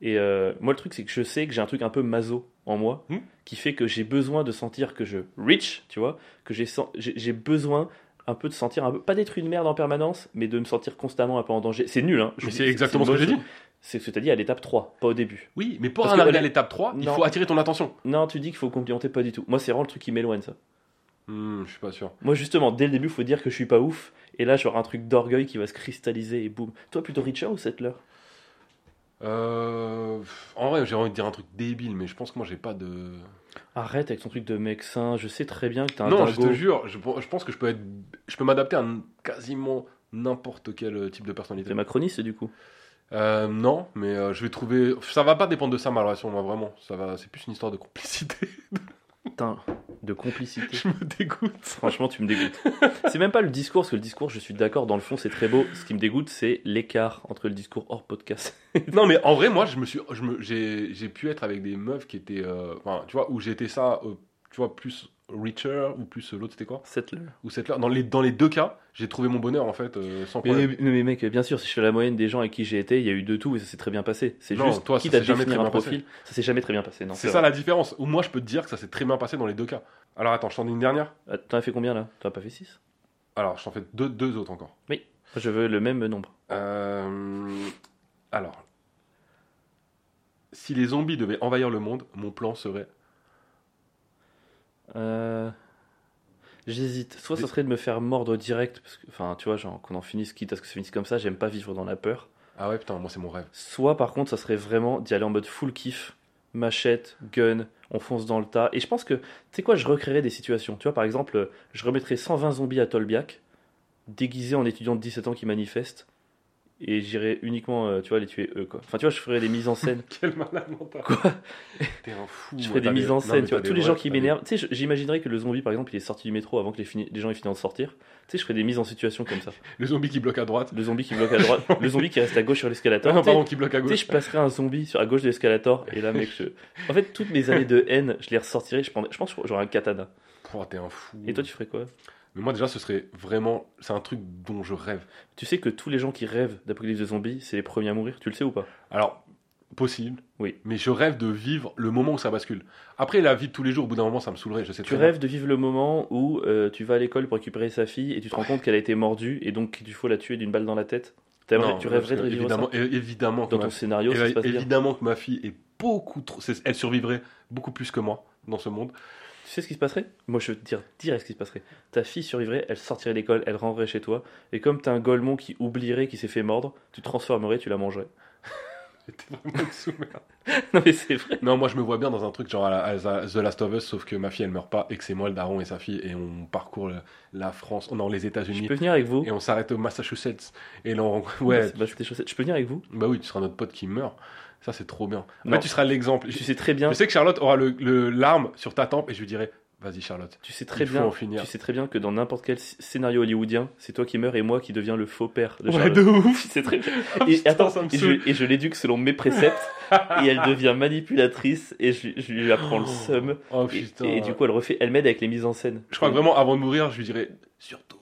Et euh, moi, le truc, c'est que je sais que j'ai un truc un peu maso en moi,
Hmm.
qui fait que j'ai besoin de sentir que je reach, tu vois, que j'ai sen- j'ai j'ai besoin un peu de sentir, un peu, pas d'être une merde en permanence, mais de me sentir constamment un peu en danger. C'est nul, hein. je
Mais
vous
c'est
dis,
exactement
une
ce que j'ai
bonne
dit.
chose. C'est ce que tu as dit à l'étape 3, pas au début.
Oui, mais pour
Parce
en
que
arriver à
les-
l'étape 3, il
Non.
faut attirer ton attention.
Non, tu dis qu'il faut complimenter, pas du tout. Moi, c'est vraiment le truc qui m'éloigne, ça.
Hmm, je suis pas sûr.
Moi, justement, dès le début, faut dire que je suis pas ouf, et là, j'aurai un truc d'orgueil qui va se cristalliser, et boum. Toi, plutôt Richer ou Settler
Euh, pff, En vrai, j'ai envie de dire un truc débile, mais je pense que moi, j'ai pas de.
Arrête avec ton truc de mec sain, je sais très bien que t'as un
non,
dingo.
je te jure, je, je pense que je peux être, je peux m'adapter à n- quasiment n'importe quel euh, type de personnalité.
T'es macroniste du coup
Euh, non, mais euh, je vais trouver. Ça va pas dépendre de ça ma relation, moi vraiment. Ça va, c'est plus une histoire de complicité.
Putain, de complicité.
je me dégoûte.
Franchement, tu me dégoûtes. C'est même pas le discours, parce que le discours, je suis d'accord, dans le fond, c'est très beau. Ce qui me dégoûte, c'est l'écart entre le discours hors podcast.
non, mais en vrai, moi, je me suis, je me, j'ai, j'ai pu être avec des meufs qui étaient, euh, enfin, tu vois, où j'étais ça, euh, tu vois, plus richer ou plus euh, l'autre, c'était quoi
Cette le.
ou cette Dans les, dans les deux cas, j'ai trouvé mon bonheur en fait, euh, sans
Mais,
problème.
mais, mais mec, bien sûr, si je fais la moyenne des gens avec qui j'ai été, il y a eu de tout et ça s'est très bien passé. C'est
Non,
juste,
toi, ça
quitte à
s'est jamais
définir
très
un
bien
profil, ça s'est jamais très bien passé. non,
c'est
c'est
ça
vrai.
la différence. Ou moi, je peux te dire que ça s'est très bien passé dans les deux cas. Alors attends, je t'en dis une dernière.
Ah, T'en as fait combien là T'en as pas fait 6
Alors, je t'en fais deux, deux autres encore.
Je veux le même nombre.
Euh, alors, si les zombies devaient envahir le monde, mon plan serait.
Euh, J'hésite. Soit ça serait de me faire mordre direct, parce que, enfin, tu vois, genre qu'on en finisse, quitte à ce que ça finisse comme ça, j'aime pas vivre dans la peur.
Ah ouais, putain, moi c'est mon rêve.
Soit par contre, ça serait vraiment d'y aller en mode full kiff, machette, gun, on fonce dans le tas. Et je pense que, tu sais quoi, je recréerais des situations. Tu vois, par exemple, je remettrais 120 zombies à Tolbiac, déguisés en étudiants de 17 ans qui manifestent, et j'irais uniquement, euh, tu vois, les tuer eux, quoi. Enfin, tu vois, je ferais des mises en scène.
Quel malade mental.
Quoi
T'es un fou.
Je
ouais,
ferais des
t'as
mises en
non, mais
scène, tu
t'as
vois.
des
Tous les
vrais-
gens qui
t'as des-
m'énervent. Tu sais, je- j'imaginerais que le zombie, par exemple, il est sorti du métro avant que les, fini- les gens aient fini de sortir. Tu sais, je ferais des mises en situation comme ça.
Le zombie qui bloque à droite.
Le zombie qui bloque à droite, le zombie qui reste à gauche sur
Ah
l'escalator.
non,
Tu sais,
pardon, qui bloque à
Tu sais,
gauche.
je passerai un zombie sur à gauche de l'escalator et là, mec, je... en fait, toutes mes années de haine, je les ressortirai. Je, prendrais- je pense que j'aurais un katana.
Pouah, T'es un fou.
Et toi, tu ferais quoi
Mais moi déjà, ce serait vraiment. C'est un truc dont je rêve.
Tu sais que tous les gens qui rêvent d'apocalypse de zombies, c'est les premiers à mourir. Tu le sais ou pas
Alors, possible.
Oui.
Mais je rêve de vivre le moment où ça bascule. Après, la vie de tous les jours, au bout d'un moment, ça me saoulerait. Je sais
Tu
très
rêves de vivre le moment où euh, tu vas à l'école pour récupérer sa fille et tu te rends compte qu'elle a été mordue et donc qu'il faut la tuer d'une balle dans la tête.
bien.
T'aimerais-
Non,
tu
parce
rêverais de
que
vivre
évidemment, é- évidemment
ça
que
dans
ma
ton scénario,
bah, évi-
ça se passe bien.
évidemment que ma fille est beaucoup trop. c'est- Elle survivrait beaucoup plus que moi dans ce monde.
Tu sais ce qui se passerait Moi, je veux te dire direct ce qui se passerait. Ta fille survivrait, elle sortirait de l'école, elle rentrerait chez toi, et comme t'as un golemon qui oublierait, qui s'est fait mordre, tu te transformerais, tu la mangerais.
J'étais vraiment sous-
non, mais c'est vrai.
non, moi je me vois bien dans un truc genre à la- à la- The Last of Us, sauf que ma fille elle meurt pas et que c'est moi le daron et sa fille et on parcourt le- la France, non les
Je
États-Unis
peux venir avec vous
et on s'arrête au Massachusetts et là on... ouais,
Bah, bah, c'est des chaussettes. Je peux venir avec vous
bah oui, tu seras notre pote qui meurt. Ça c'est trop bien. En
Non.
fait, tu seras l'exemple.
Tu sais très bien,
Je sais que Charlotte aura le, le- l'arme sur ta tempe et je lui dirai Vas-y, Charlotte,
tu sais très
il
bien,
faut en finir.
tu sais très bien que dans n'importe quel sc- scénario hollywoodien, c'est toi qui meurs et moi qui deviens le faux père de
ouais,
Charlotte.
de ouf
Tu sais très bien.
Ah,
Et,
putain,
attends,
ça me
et
saoule.
je, et je l'éduque selon mes préceptes et elle devient manipulatrice et je, je lui apprends le
Oh,
seum.
Oh
Et,
putain.
et du coup, elle refait, elle m'aide avec les mises en scène.
je crois que vraiment, avant de mourir, je lui dirai Surtout,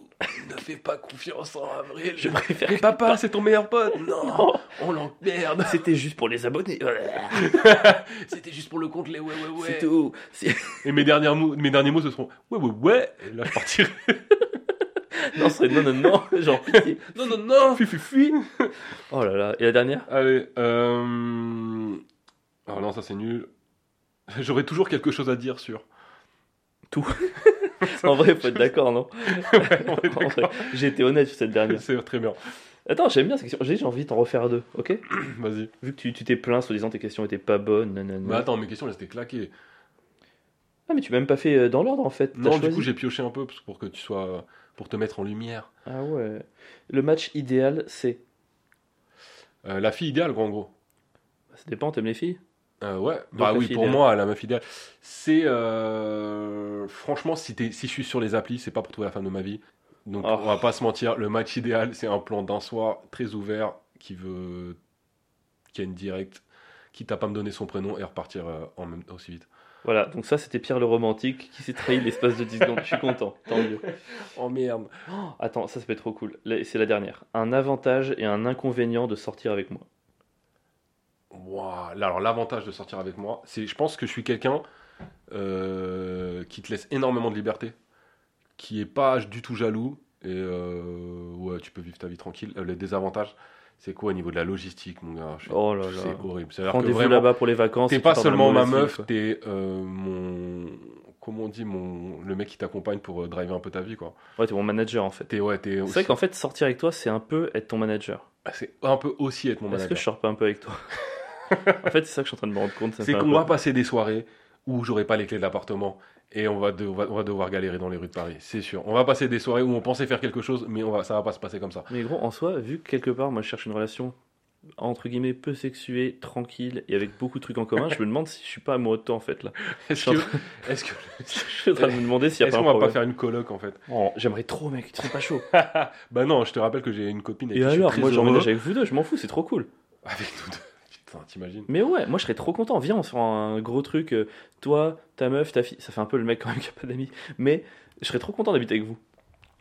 ne fais pas confiance en Avril.
Je préfère
Mais papa, c'est ton meilleur pote. Non,
Non.
on l'emmerde.
C'était juste pour les abonnés.
C'était juste pour le compte, les ouais, ouais, ouais.
C'est tout. C'est-
Et mes, derniers mots, mes derniers mots, ce seront Ouais, ouais, ouais. Et là, je partirai.
Non, c'est non, non, non. Genre, pitié.
non, non, non. Fui, fui, fui.
Oh là là. Et la dernière
Allez, euh. Oh non, ça c'est nul. J'aurais toujours quelque chose à dire sur.
En vrai, faut être d'accord, non
Ouais, on est
En vrai,
d'accord.
J'ai été honnête sur cette dernière.
C'est très bien.
Attends, j'aime bien cette question. J'ai j'ai envie de t'en refaire deux, ok
Vas-y.
Vu que tu tu t'es plaint soi disant tes questions étaient pas bonnes, nanana.
Mais Bah, attends, mes questions elles étaient claquées.
Ah, mais tu m'as même pas fait euh, dans l'ordre en fait. t'as
Non, du
choisi.
coup j'ai pioché un peu parce- pour que tu sois, pour te mettre en lumière.
Ah ouais. Le match idéal, c'est.
Euh, la fille idéale, quoi, en gros.
Ça dépend, t'aimes les filles
Euh, ouais, bah
la
oui,
fille
pour
idéale.
moi, la meuf idéale. C'est. euh, Franchement, si, t'es- si je suis sur les applis, c'est pas pour trouver la femme de ma vie. Donc,
Oh.
on va pas se mentir, le match idéal, c'est un plan d'un soir très ouvert qui veut. qui a une directe, quitte à pas me donner son prénom et repartir euh, en même... aussi vite.
Voilà, donc ça c'était Pierre le romantique qui s'est trahi l'espace de 10 secondes. Je suis content, tant mieux.
Oh merde
Oh, attends, ça ça peut être trop cool. Là, C'est la dernière. Un avantage et un inconvénient de sortir avec moi.
Ouah, là, alors l'avantage de sortir avec moi, c'est je pense que je suis quelqu'un euh, qui te laisse énormément de liberté, qui est pas du tout jaloux et euh, ouais, tu peux vivre ta vie tranquille. Euh, Le désavantage, c'est quoi au niveau de la logistique, mon gars Je suis-
Oh là là.
C'est horrible. C'est-à-dire que
Rendez-vous
vraiment,
là-bas pour les vacances.
t'es
et
pas
tu pars dans
seulement
le
ma
mauvais film,
meuf,
quoi.
t'es euh, mon comment on dit mon le mec qui t'accompagne pour euh, driver un peu ta vie quoi.
Ouais, t'es mon manager en fait.
T'es ouais, t'es
C'est
aussi-
vrai qu'en fait, sortir avec toi, c'est un peu être ton manager.
c'est un peu aussi être mon
Est-ce
manager.
que je sors pas un peu avec toi En fait, c'est ça que je suis en train de me rendre compte. ça me
C'est
fait un
qu'on
peu-
va passer des soirées où j'aurai pas les clés de l'appartement et on va, de- on va- on va devoir galérer dans les rues de Paris, c'est sûr. On va passer des soirées où on pensait faire quelque chose, mais on va, ça va pas se passer comme ça.
Mais gros, en soi, vu que quelque part, moi, je cherche une relation entre guillemets peu sexuée, tranquille et avec beaucoup de trucs en commun, je me demande si je suis pas amoureux de toi en fait là.
Est-ce
Je
que,
suis en
est-ce que,
Je suis en train de me demander s'il y a
est-ce
pas un
qu'on va pas
problème.
faire une coloc en fait
Oh, J'aimerais trop, mec, tu serais pas chaud.
Bah non, je te rappelle que j'ai une copine avec
Et
qui
alors,
je suis
moi,
très heureux.
j'emménage avec vous deux, je m'en fous, c'est trop cool.
Avec nous deux. Putain, t'imagines
Mais ouais, moi, je serais trop content. Viens, on se fait un gros truc. euh, Toi, ta meuf, ta fille. Ça fait un peu le mec quand même qui a pas d'amis. Mais je serais trop content d'habiter avec vous.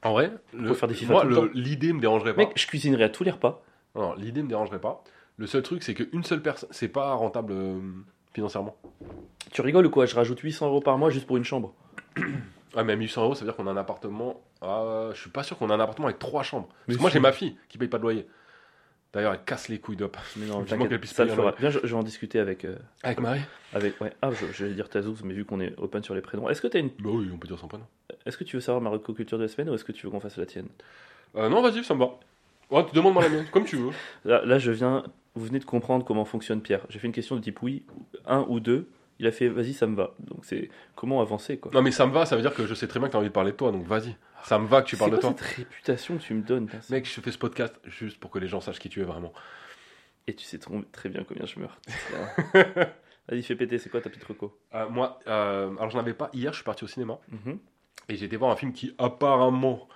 En vrai, le-
peut faire des FIFA
moi,
tout le
le-
temps.
l'idée me dérangerait pas.
Mec, je cuisinerais à tous les repas.
Non, l'idée me dérangerait pas. Le seul truc, c'est qu'une seule personne, c'est pas rentable euh, financièrement.
Tu rigoles ou quoi Je rajoute 800 euros par mois juste pour une chambre.
Ah, mais à 1800 euros, ça veut dire qu'on a un appartement. Ah, je suis pas sûr qu'on a un appartement avec trois chambres. Parce
Mais
que moi,
si.
j'ai ma fille qui paye pas de loyer. D'ailleurs, elle casse les couilles d'op.
Mais non,
Vivement
t'inquiète,
qu'elle puisse
ça le
payer un
fera. Viens, je, je vais en discuter avec. euh,
Avec Marie
avec ouais. Ah, je, je vais dire Tazouz, mais vu qu'on est open sur les prénoms. Est-ce que, as une...
Bah oui, on peut dire son prénom.
est que tu veux savoir ma recoculture de la semaine ou est-ce que tu veux qu'on fasse la tienne
Euh, non, vas-y, ça me va. Ouais, tu demandes-moi la mienne, comme tu veux.
Là, là, je viens. Vous venez de comprendre comment fonctionne Pierre. J'ai fait une question de type oui, un ou deux. Il a fait vas-y, ça me va. Donc c'est comment avancer quoi.
Non, mais ça me va, ça veut dire que je sais très bien que t'as envie de parler de toi, donc vas-y. Ça me va que tu
C'est
parles de
quoi
toi.
cette réputation que tu me donnes putain, c'est-
Mec, je fais ce podcast juste pour que les gens sachent qui tu es vraiment.
Et tu sais trop- très bien combien je meurs. vas-y, fais péter. C'est quoi ta petite reco
Euh, moi, euh, alors j'en avais pas. Hier, je suis parti au cinéma
Mhm.
et j'ai été voir un film qui apparemment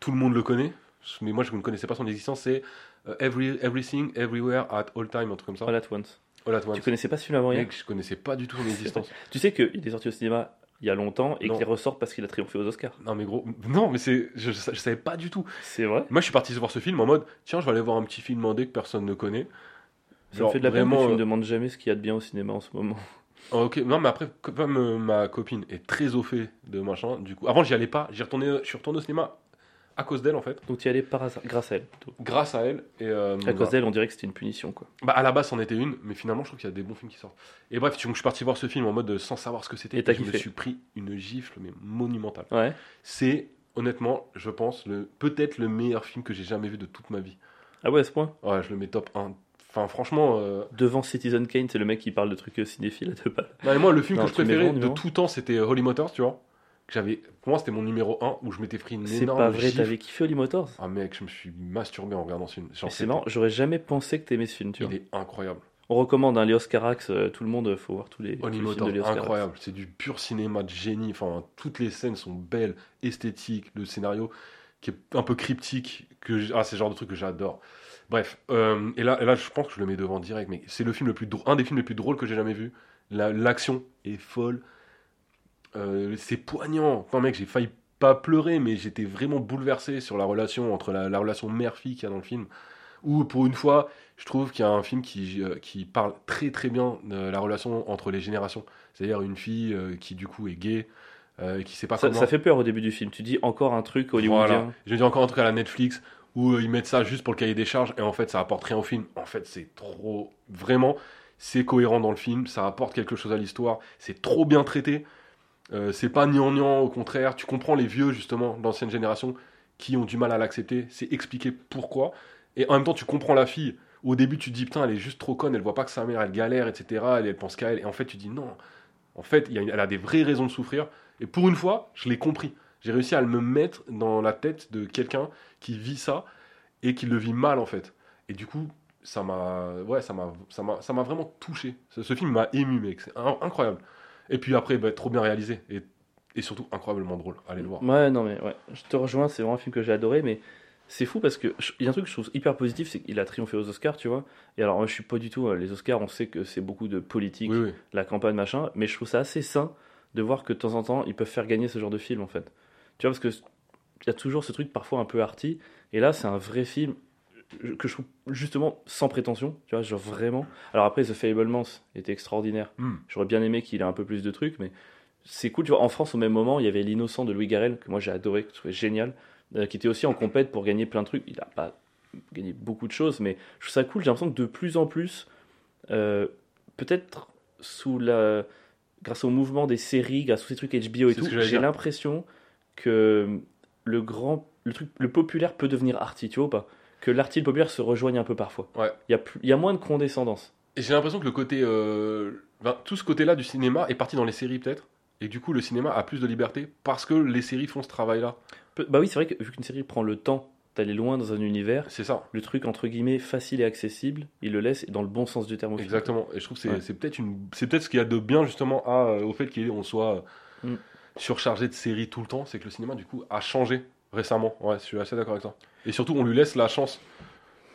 tout le monde le connaît, mais moi je ne connaissais pas son existence. C'est euh, Every- Everything, Everywhere, at All Time, un truc comme ça.
All at once.
All at once.
Tu connaissais pas ce film avant hier
Mec, je connaissais pas du tout son existence.
Tu sais qu'il est sorti au cinéma il y a longtemps et
Non.
qu'il ressort parce qu'il a triomphé aux Oscars.
Non mais gros, non mais c'est, je, je savais pas du tout.
C'est vrai
Moi je suis parti voir ce film en mode, tiens je vais aller voir un petit film indé que personne ne connaît.
Ça
Genre,
me fait de la peine que
vraiment,
tu me
euh,
demandes jamais ce qu'il y a de bien au cinéma en ce moment.
Oh, ok, non mais après comme euh, ma copine est très au fait de machin, du coup, avant j'y allais pas, j'y retournais, je suis retourné au cinéma à cause d'elle en fait,
Donc tu y allais par hasard, grâce à elle. plutôt.
grâce à elle et euh,
À cause d'elle, on dirait que c'était une punition quoi.
Bah, à la base, c'en était une, mais finalement, je trouve qu'il y a des bons films qui sortent. Et bref, donc, je suis parti voir ce film en mode euh, sans savoir ce que c'était.
Et t'as
je me
kiffé.
suis pris une gifle, mais monumentale.
Ouais.
C'est, honnêtement, je pense, le, peut-être le meilleur film que j'ai jamais vu de toute ma vie.
Ah ouais, à ce point
Ouais, je le mets top 1. Enfin, franchement, euh,
Devant Citizen Kane, c'est le mec qui parle de trucs euh, cinéphiles à deux balles.
non, mais moi, le film
Non,
que je
tu mets
préférais
vraiment
de
numéro un.
tout temps, c'était euh, Holy Motors, tu vois. Que j'avais, pour moi, c'était mon numéro 1 où je m'étais pris une
C'est
énorme
pas vrai,
gifle.
t'avais kiffé Holy Motors
Ah, mec, je me suis masturbé en regardant ce film. Genre,
Mais C'est marrant, j'aurais jamais pensé que t'aimais ce film, tu
Il
vois.
est incroyable.
On recommande un les Oscarax, euh, tout le monde, euh, faut voir tous les, tous les
Only
films
Motors,
de Léo Oscarax.
incroyable. C'est du pur cinéma de génie. Enfin, toutes les scènes sont belles, esthétiques. Le scénario qui est un peu cryptique. Que j- ah, c'est le genre de truc que j'adore. Bref, euh, et, là, et là, je pense que je le mets devant direct. Mais c'est le film le plus drôle, un des films les plus drôles que j'ai jamais vu. La- L'action est folle. Euh, c'est poignant. Enfin, mec, j'ai failli pas pleurer, mais j'étais vraiment bouleversé sur la relation entre la, la relation mère-fille qu'il y a dans le film. Où pour une fois, je trouve qu'il y a un film qui, euh, qui parle très très bien de la relation entre les générations. C'est-à-dire une fille euh, qui du coup est gay, euh, et qui sait pas
Ça,
comment.
ça fait peur au début du film, tu dis encore un truc hollywoodien.
Voilà. Je dis encore un truc à la Netflix où euh, ils mettent ça juste pour le cahier des charges et en fait ça apporte rien au film. En fait, c'est trop vraiment c'est cohérent dans le film, ça apporte quelque chose à l'histoire, c'est trop bien traité. Euh, c'est pas gnangnan, au contraire, tu comprends les vieux justement d'ancienne génération qui ont du mal à l'accepter, c'est expliqué pourquoi et en même temps tu comprends la fille. Au début, tu te dis putain, elle est juste trop conne, elle voit pas que sa mère elle galère, etc. Elle, elle pense qu'à elle, et en fait, tu te dis non, en fait, il y a une- elle a des vraies raisons de souffrir. Et pour une fois, je l'ai compris. J'ai réussi à me mettre dans la tête de quelqu'un qui vit ça et qui le vit mal, en fait. Et du coup, ça m'a ouais ça m'a ça m'a ça m'a vraiment touché ce, ce film m'a ému mec c'est in- incroyable et puis après bah, trop bien réalisé et, et surtout incroyablement drôle allez le voir
Ouais, non, mais ouais, je te rejoins, c'est vraiment un film que j'ai adoré, mais c'est fou parce que je- il y a un truc que je trouve hyper positif, c'est qu'il a triomphé aux Oscars, tu vois. Et alors, moi, je suis pas du tout, euh, les Oscars, on sait que c'est beaucoup de politique,
oui oui
la campagne, machin, mais je trouve ça assez sain de voir que de temps en temps, ils peuvent faire gagner ce genre de film, en fait. Tu vois, parce que c- il y a toujours ce truc parfois un peu arty, et là, c'est un vrai film euh, que je trouve justement sans prétention, tu vois, genre vraiment. Alors après, The Fablemans était extraordinaire.
Hmm.
J'aurais bien aimé qu'il ait un peu plus de trucs, mais c'est cool. Tu vois, en France, au même moment, il y avait L'Innocent de Louis Garrel, que moi j'ai adoré, que je trouvais génial, euh, qui était aussi en compète pour gagner plein de trucs. Il n'a pas gagné beaucoup de choses, mais je trouve ça cool. J'ai l'impression que de plus en plus, euh, peut-être sous la... grâce au mouvement des séries, grâce à tous ces trucs HBO et
C'est ce
tout,
que j'allais
j'ai
dire.
l'impression que le grand, le truc, le populaire peut devenir arty, tu vois ou pas Que l'arty et le populaire se rejoignent un peu parfois.
Ouais.
Il y a plus- il y a moins de condescendance.
Et j'ai l'impression que le côté. euh, enfin, tout ce côté-là du cinéma est parti dans les séries, peut-être. Et du coup, le cinéma a plus de liberté parce que les séries font ce travail-là.
Peu- Bah oui, c'est vrai que vu qu'une série prend le temps d'aller loin dans un univers,
C'est ça,
le truc entre guillemets facile et accessible, il le laisse dans le bon sens du terme. au film.
exactement. Et je trouve que c'est
Ouais.
c'est peut-être une... c'est peut-être ce qu'il y a de bien, justement, à, euh, au fait qu'on soit euh,
Mm.
surchargé de séries tout le temps. C'est que le cinéma, du coup, a changé récemment. Ouais, je suis assez d'accord avec toi. Et surtout, on lui laisse la chance.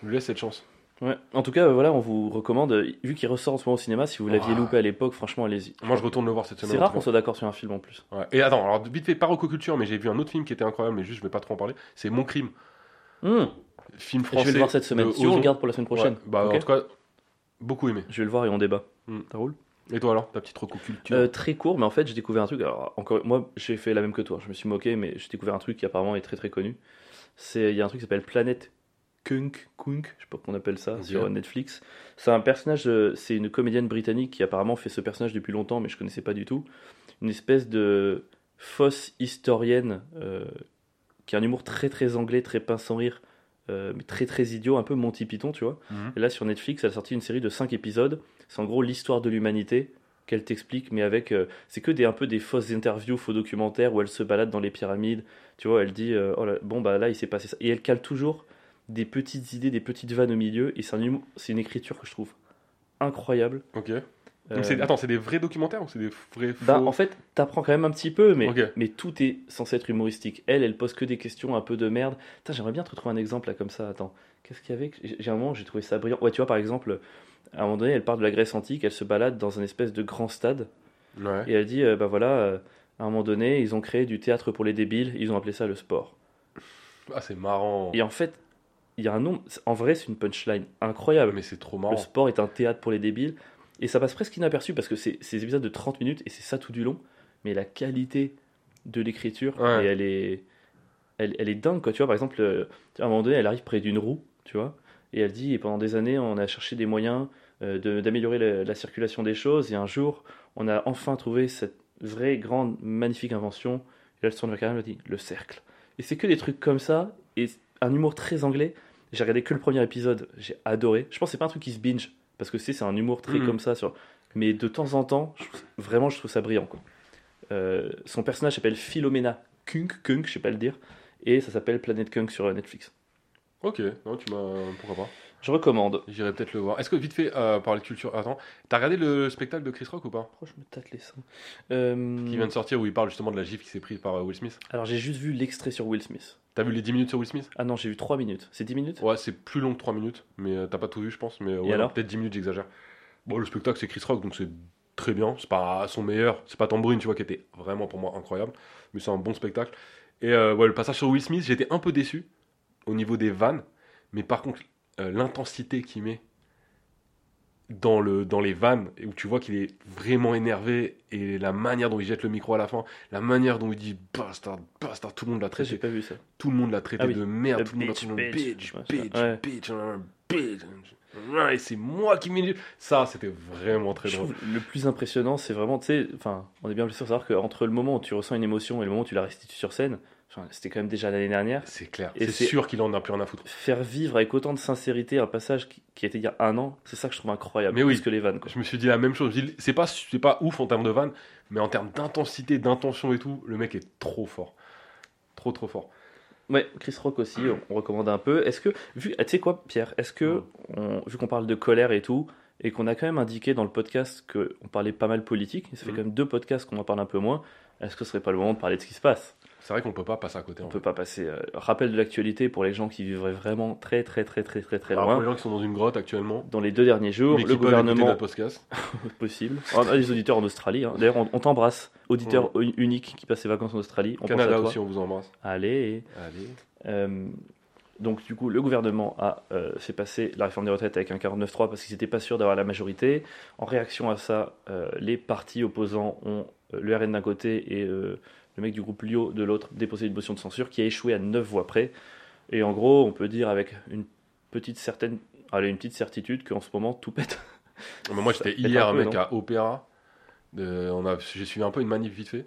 On lui laisse cette chance.
Ouais. En tout cas, euh, voilà, on vous recommande, euh, vu qu'il ressort en ce moment au cinéma, si vous l'aviez
Ouais.
loupé à l'époque, franchement, allez-y.
Moi, je retourne le voir cette semaine.
C'est rare
autrement.
qu'on soit d'accord sur un film en plus.
Ouais. Et attends, alors vite fait, pas recoculture, mais j'ai vu un autre film qui était incroyable, mais juste, je vais pas trop en parler. C'est Mon Crime.
Hum,
Film
Je
français.
vais le voir cette semaine.
de
Si on
Ozon.
le garde pour la semaine prochaine,
Ouais, bah,
ok
En tout cas, beaucoup aimé.
je vais le voir et on débat.
Hum.
Ça roule
Et toi alors, ta petite recoculture
Euh, Très court, mais en fait, j'ai découvert un truc. Alors, encore, moi, j'ai fait la même que toi. Je me suis moqué, mais j'ai découvert un truc qui apparemment est très très connu. C'est il y a un truc qui s'appelle Planète Kunk, Kunk, je sais pas qu'on appelle ça
Ok.
sur Netflix. C'est un personnage, euh, c'est une comédienne britannique qui apparemment fait ce personnage depuis longtemps, mais je connaissais pas du tout. Une espèce de fausse historienne euh, qui a un humour très très anglais, très pince sans rire, euh, mais très très idiot, un peu Monty Python, tu vois.
Mhm.
Et là, sur Netflix, elle a sorti une série de 5 épisodes. C'est en gros l'histoire de l'humanité qu'elle t'explique, mais avec. euh, c'est que des, un peu des fausses interviews, faux documentaires où elle se balade dans les pyramides. Tu vois, elle dit euh, oh là, Bon, bah là, il s'est passé ça. Et elle cale toujours des petites idées, des petites vannes au milieu. Et c'est un humour- c'est une écriture que je trouve incroyable.
Ok.
Euh,
Donc c'est- attends, c'est des vrais documentaires ou c'est des vrais faux
bah, en fait, t'apprends quand même un petit peu, mais,
Ok.
mais tout est censé être humoristique. Elle, elle pose que des questions un peu de merde. Putain, j'aimerais bien te retrouver un exemple là comme ça. Attends, qu'est-ce qu'il y avait que- J'ai j'ai un moment, j'ai trouvé ça brillant. Ouais, tu vois, par exemple, à un moment donné, elle parle de la Grèce antique, elle se balade dans un espèce de grand stade
Ouais.
et elle dit euh, bah voilà, euh, à un moment donné, ils ont créé du théâtre pour les débiles, ils ont appelé ça le sport.
Ah, c'est marrant.
Et en fait, il y a un nombre. En vrai, c'est une punchline incroyable.
Mais c'est trop
euh, Le
marrant.
sport est un théâtre pour les débiles. Et ça passe presque inaperçu parce que c'est ces épisodes de 30 minutes et c'est ça tout du long. Mais la qualité de l'écriture,
Ouais.
et elle est, elle, elle est dingue. Quoi. Tu vois, par exemple, euh, à un moment donné, elle arrive près d'une roue, tu vois, et elle dit, et pendant des années, on a cherché des moyens euh, de- d'améliorer la, la circulation des choses, et un jour, on a enfin trouvé cette vraie, grande, magnifique invention. Et là, elle se tourne vers Karim et elle dit, le cercle. Et c'est que des trucs comme ça, et un humour très anglais. J'ai regardé que le premier épisode, j'ai adoré. Je pense que c'est pas un truc qui se binge, parce que c'est c'est un humour très
Mhm.
comme ça. Sur... Mais de temps en temps, je trouve- vraiment, je trouve ça brillant. Quoi. Euh, son personnage s'appelle Philomena Kunk, Kunk, je sais pas le dire, et ça s'appelle Planet Kunk sur euh, Netflix.
Ok, non, tu m'as. Pourquoi pas
Je recommande.
J'irai peut-être le voir. Est-ce que vite fait, euh, parler de culture. Attends, t'as regardé le spectacle de Chris Rock ou pas
Pourquoi je me tâte les seins Euh,
Qui vient de sortir où il parle justement de la gifle qui s'est prise par euh, Will Smith.
Alors j'ai juste vu l'extrait sur Will Smith.
T'as vu les 10 minutes sur Will Smith
Ah non, j'ai vu 3 minutes. C'est 10 minutes
Ouais, c'est plus long que 3 minutes, mais euh, t'as pas tout vu, je pense. Mais euh, ouais,
alors
non, peut-être 10 minutes, j'exagère. Bon, le spectacle, c'est Chris Rock, donc c'est très bien. C'est pas son meilleur. C'est pas Tambourine, tu vois, qui était vraiment pour moi incroyable. Mais c'est un bon spectacle. Et euh, ouais, le passage sur Will Smith, j'étais un peu déçu au niveau des vannes. Mais par contre, euh, l'intensité qu'il met dans, le, dans les vannes, et où tu vois qu'il est vraiment énervé, et la manière dont il jette le micro à la fin, la manière dont il dit bastard, bastard, tout le monde l'a
Après, j'ai
traité
pas vu ça.
tout le monde l'a traité
Ah oui.
de merde,
Euh,
tout le monde l'a traité de
bitch,
bitch,
bitch.
bitch,
Ouais.
bitch, euh, bitch. Ouais, c'est moi qui m'énerve. Ça, c'était vraiment très
Je
drôle.
trouve le plus impressionnant, c'est vraiment, tu sais, enfin, on est bien plus sûr de savoir qu'entre le moment où tu ressens une émotion et le moment où tu la restitues sur scène, enfin, c'était quand même déjà l'année dernière,
C'est clair.
Et
C'est
c'est-
sûr qu'il en a plus rien à foutre.
faire vivre avec autant de sincérité un passage qui, qui était il y a un an, c'est ça que je trouve incroyable.
Mais oui.
Plus que les vannes, quoi.
Je me suis dit la même chose. Je me dis, C'est pas, c'est pas ouf en termes de vanne, mais en termes d'intensité, d'intention et tout, le mec est trop fort. Trop, trop fort.
Ouais, Chris Rock aussi, on, on recommande un peu. Est-ce que, vu, ah, tu sais quoi, Pierre, est-ce que, on- vu qu'on parle de colère et tout, et qu'on a quand même indiqué dans le podcast qu'on parlait pas mal politique, ça fait
Mhm.
quand même deux podcasts qu'on en parle un peu moins, est-ce que ce serait pas le moment de parler de ce qui se passe
C'est vrai qu'on peut pas passer à côté. hein.
On
en
peut pas passer. euh, rappel de l'actualité pour les gens qui vivraient vraiment très, très, très, très, très, très
Alors,
loin.
pour les gens qui sont dans une grotte actuellement,
Dans les deux derniers jours,
Bah, mais qui
le
peuvent écouter
gouvernement
notre podcast.
possible. On a des auditeurs en Australie. hein. D'ailleurs, on, on t'embrasse, auditeur uni- unique qui passe ses vacances en Australie. On pense à
Canada
toi.
aussi, on vous embrasse.
Allez.
Allez.
Euh, donc, du coup, le gouvernement a euh, fait passer la réforme des retraites avec un 49-3 parce qu'ils n'étaient pas sûrs d'avoir la majorité. En réaction à ça, euh, les partis opposants ont euh, le RN d'un côté et euh, le mec du groupe Lio de l'autre déposé une motion de censure qui a échoué à 9 voix près. Et en gros, on peut dire avec une petite certaine, allez, une petite certitude qu'en ce moment tout pète.
Mais moi,
Ça
j'étais
pète
hier,
un
un
peu,
mec,
non
à Opéra. De- on a, j'ai suivi un peu une manif vite fait.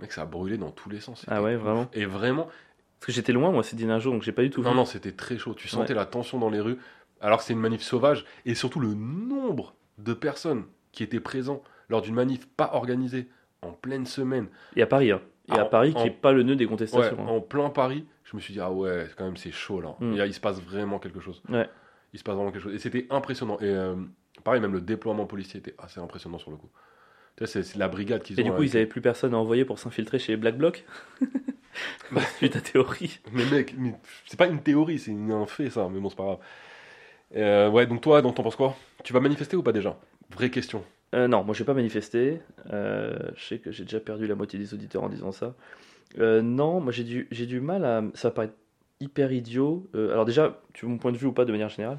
Mec, ça a brûlé dans tous les sens.
Ah ouais, vraiment.
Et vraiment,
Parce que j'étais loin, moi, ces derniers jours, donc j'ai pas du tout
non,
vu.
non, c'était très chaud. Tu sentais la tension dans les rues. Alors que c'est une manif sauvage. Et surtout, le nombre de personnes qui étaient présentes lors d'une manif pas organisée en pleine semaine.
Et à Paris, hein. Et
Ah,
à Paris,
en-
qui est pas le nœud des
Ouais,
contestations. hein.
en plein Paris, je me suis dit, ah ouais, quand même, c'est chaud là.
Mm.
Et là, il se passe vraiment quelque chose.
Ouais.
Il se passe vraiment quelque chose. Et c'était impressionnant. Et euh, pareil, même le déploiement policier était assez impressionnant sur le coup. Tu sais, c'est- c'est la brigade qu'ils
Et
ont.
du coup,
avec-
ils avaient plus personne à envoyer pour s'infiltrer chez les Black Blocs
Bah.
Suite à théorie.
Mais mec, mais c'est pas une théorie, c'est une- un fait ça, mais bon, c'est pas grave. Euh, ouais, donc toi, donc t'en penses quoi Tu vas manifester ou pas déjà Vraie question.
Euh, non, moi, je vais pas manifester. Euh, je sais que j'ai déjà perdu la moitié des auditeurs en disant ça. Euh, non, moi, j'ai du, j'ai du mal à. Ça va paraître hyper idiot. Euh, alors, déjà, tu veux mon point de vue ou pas de manière générale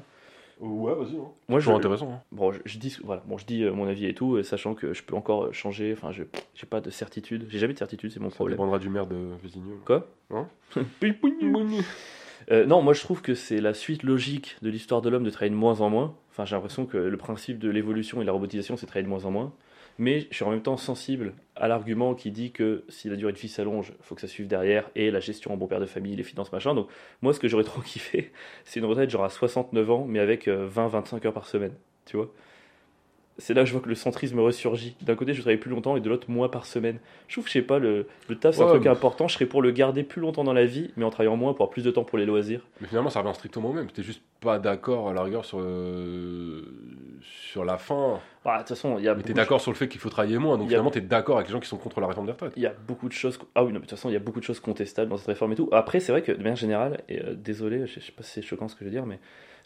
Ouais, vas-y. hein.
Moi, je.
Toujours intéressant. hein.
Bon, je, je dis, voilà, bon, je dis euh, mon avis et tout, euh, sachant que je peux encore euh, changer. Enfin, je j'ai pas de certitude. J'ai jamais de certitude, c'est mon
Ça
problème.
dépendra du maire de Vésigneux.
Quoi
Hein
Euh, non, moi je trouve que c'est la suite logique de l'histoire de l'homme de travailler de moins en moins. Enfin, j'ai l'impression que le principe de l'évolution et de la robotisation, c'est de travailler de moins en moins. Mais je suis en même temps sensible à l'argument qui dit que si la durée de vie s'allonge, il faut que ça suive derrière, et la gestion en bon père de famille, les finances, machin. Donc, moi, ce que j'aurais trop kiffé, c'est une retraite genre à 69 ans, mais avec 20-25 heures par semaine. Tu vois C'est là que je vois que le centrisme ressurgit. D'un côté, je travaille plus longtemps, et de l'autre, moins par semaine. Je trouve, je sais pas, le, le taf, c'est un
Ouais,
truc
mais-
important. Je serais pour le garder plus longtemps dans la vie, mais en travaillant moins pour avoir plus de temps pour les loisirs.
Mais finalement, ça revient strictement au même. T'es juste pas d'accord à la rigueur sur, euh, sur la fin.
Bah, De toute façon, il y a
Mais
beaucoup
t'es
de-
d'accord sur le fait qu'il faut travailler moins. Donc
Il y a-
finalement, t'es d'accord avec les gens qui sont contre la réforme des retraites.
il y a beaucoup de choses. Ah oui, non, mais de toute façon, il y a beaucoup de choses contestables dans cette réforme et tout. Après, c'est vrai que de manière générale, et euh, désolé, je je sais pas si c'est choquant ce que je veux dire, mais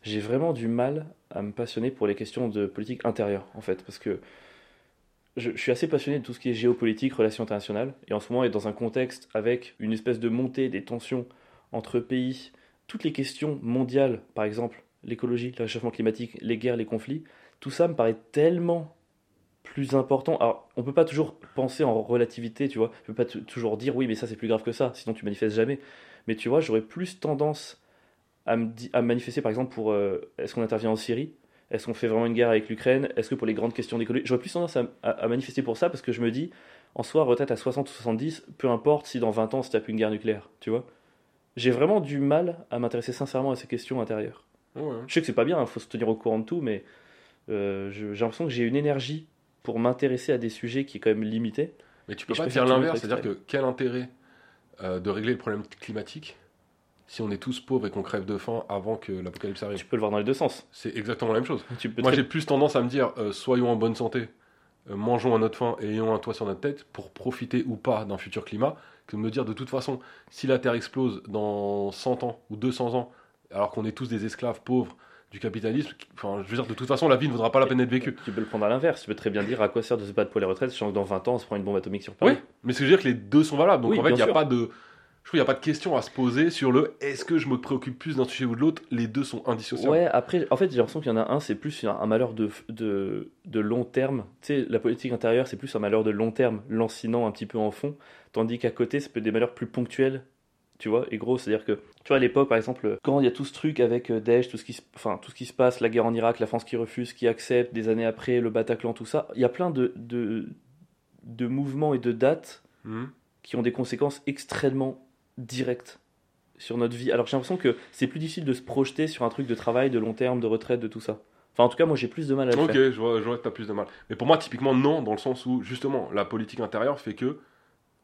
j'ai vraiment du mal à me passionner pour les questions de politique intérieure, en fait, parce que je, je suis assez passionné de tout ce qui est géopolitique, relations internationales, et en ce moment, et dans un contexte avec une espèce de montée des tensions entre pays, toutes les questions mondiales, par exemple, l'écologie, le réchauffement climatique, les guerres, les conflits, tout ça me paraît tellement plus important. Alors, on peut pas toujours penser en relativité, tu vois. Je peux pas t- toujours dire oui, mais ça c'est plus grave que ça, sinon tu manifestes jamais. Mais tu vois, j'aurais plus tendance à me, di- à me manifester par exemple pour euh, est-ce qu'on intervient en Syrie Est-ce qu'on fait vraiment une guerre avec l'Ukraine Est-ce que pour les grandes questions d'écologie J'aurais plus tendance à, à- à manifester pour ça parce que je me dis en soi, retraite à 60 ou 70, peu importe si dans 20 ans on se tape une guerre nucléaire, tu vois. J'ai vraiment du mal à m'intéresser sincèrement à ces questions intérieures.
Ouais.
Je sais que c'est pas bien, il faut se tenir au courant de tout, mais euh, je- j'ai l'impression que j'ai une énergie pour m'intéresser à des sujets qui est quand même limitée.
Mais tu peux
Et je
pas
préfère
dire
toujours
l'inverse,
être
c'est-à-dire que quel intérêt euh, de régler le problème climatique si on est tous pauvres et qu'on crève de faim avant que l'apocalypse
Tu
arrive
peux le voir dans les deux sens.
C'est exactement la même chose.
Tu peux
Moi,
très-
j'ai plus tendance à me dire euh, soyons en bonne santé, euh, mangeons à notre faim et ayons un toit sur notre tête pour profiter ou pas d'un futur climat que de me dire de toute façon, si la Terre explose dans 100 ans ou 200 ans, alors qu'on est tous des esclaves pauvres du capitalisme, qui- enfin, je veux dire, de toute façon, la vie ne vaudra pas la peine d'être vécue.
tu peux le prendre à l'inverse. Tu peux très bien dire à quoi sert de se battre pour les retraites, sachant que dans 20 ans on se prend une bombe atomique sur Paris.
Oui, mais ce que je veux dire que les deux sont valables. Donc
Oui,
en fait, il
bien
n'y
sûr.
a pas de. Je trouve qu'il n'y a pas de question à se poser sur le est-ce que je me préoccupe plus d'un sujet ou de l'autre. Les deux sont indissociables.
Ouais, après, en fait, j'ai l'impression qu'il y en a un, c'est plus un, un malheur de, de, de long terme. Tu sais, la politique intérieure, c'est plus un malheur de long terme, lancinant un petit peu en fond, tandis qu'à côté, c'est peut être des malheurs plus ponctuels, tu vois, et gros. C'est-à-dire que, tu vois, à l'époque, par exemple, quand il y a tout ce truc avec euh, Daesh, tout ce, qui se, enfin, tout ce qui se passe, la guerre en Irak, la France qui refuse, qui accepte, des années après, le Bataclan, tout ça, il y a plein de, de, de mouvements et de dates
Mhm.
qui ont des conséquences extrêmement directes sur notre vie. Alors j'ai l'impression que c'est plus difficile de se projeter sur un truc de travail, de long terme, de retraite, de tout ça. Enfin, en tout cas, moi j'ai plus de mal à le
Ok,
faire.
je vois, je vois que tu as plus de mal. Mais pour moi, typiquement, non, dans le sens où justement, la politique intérieure fait que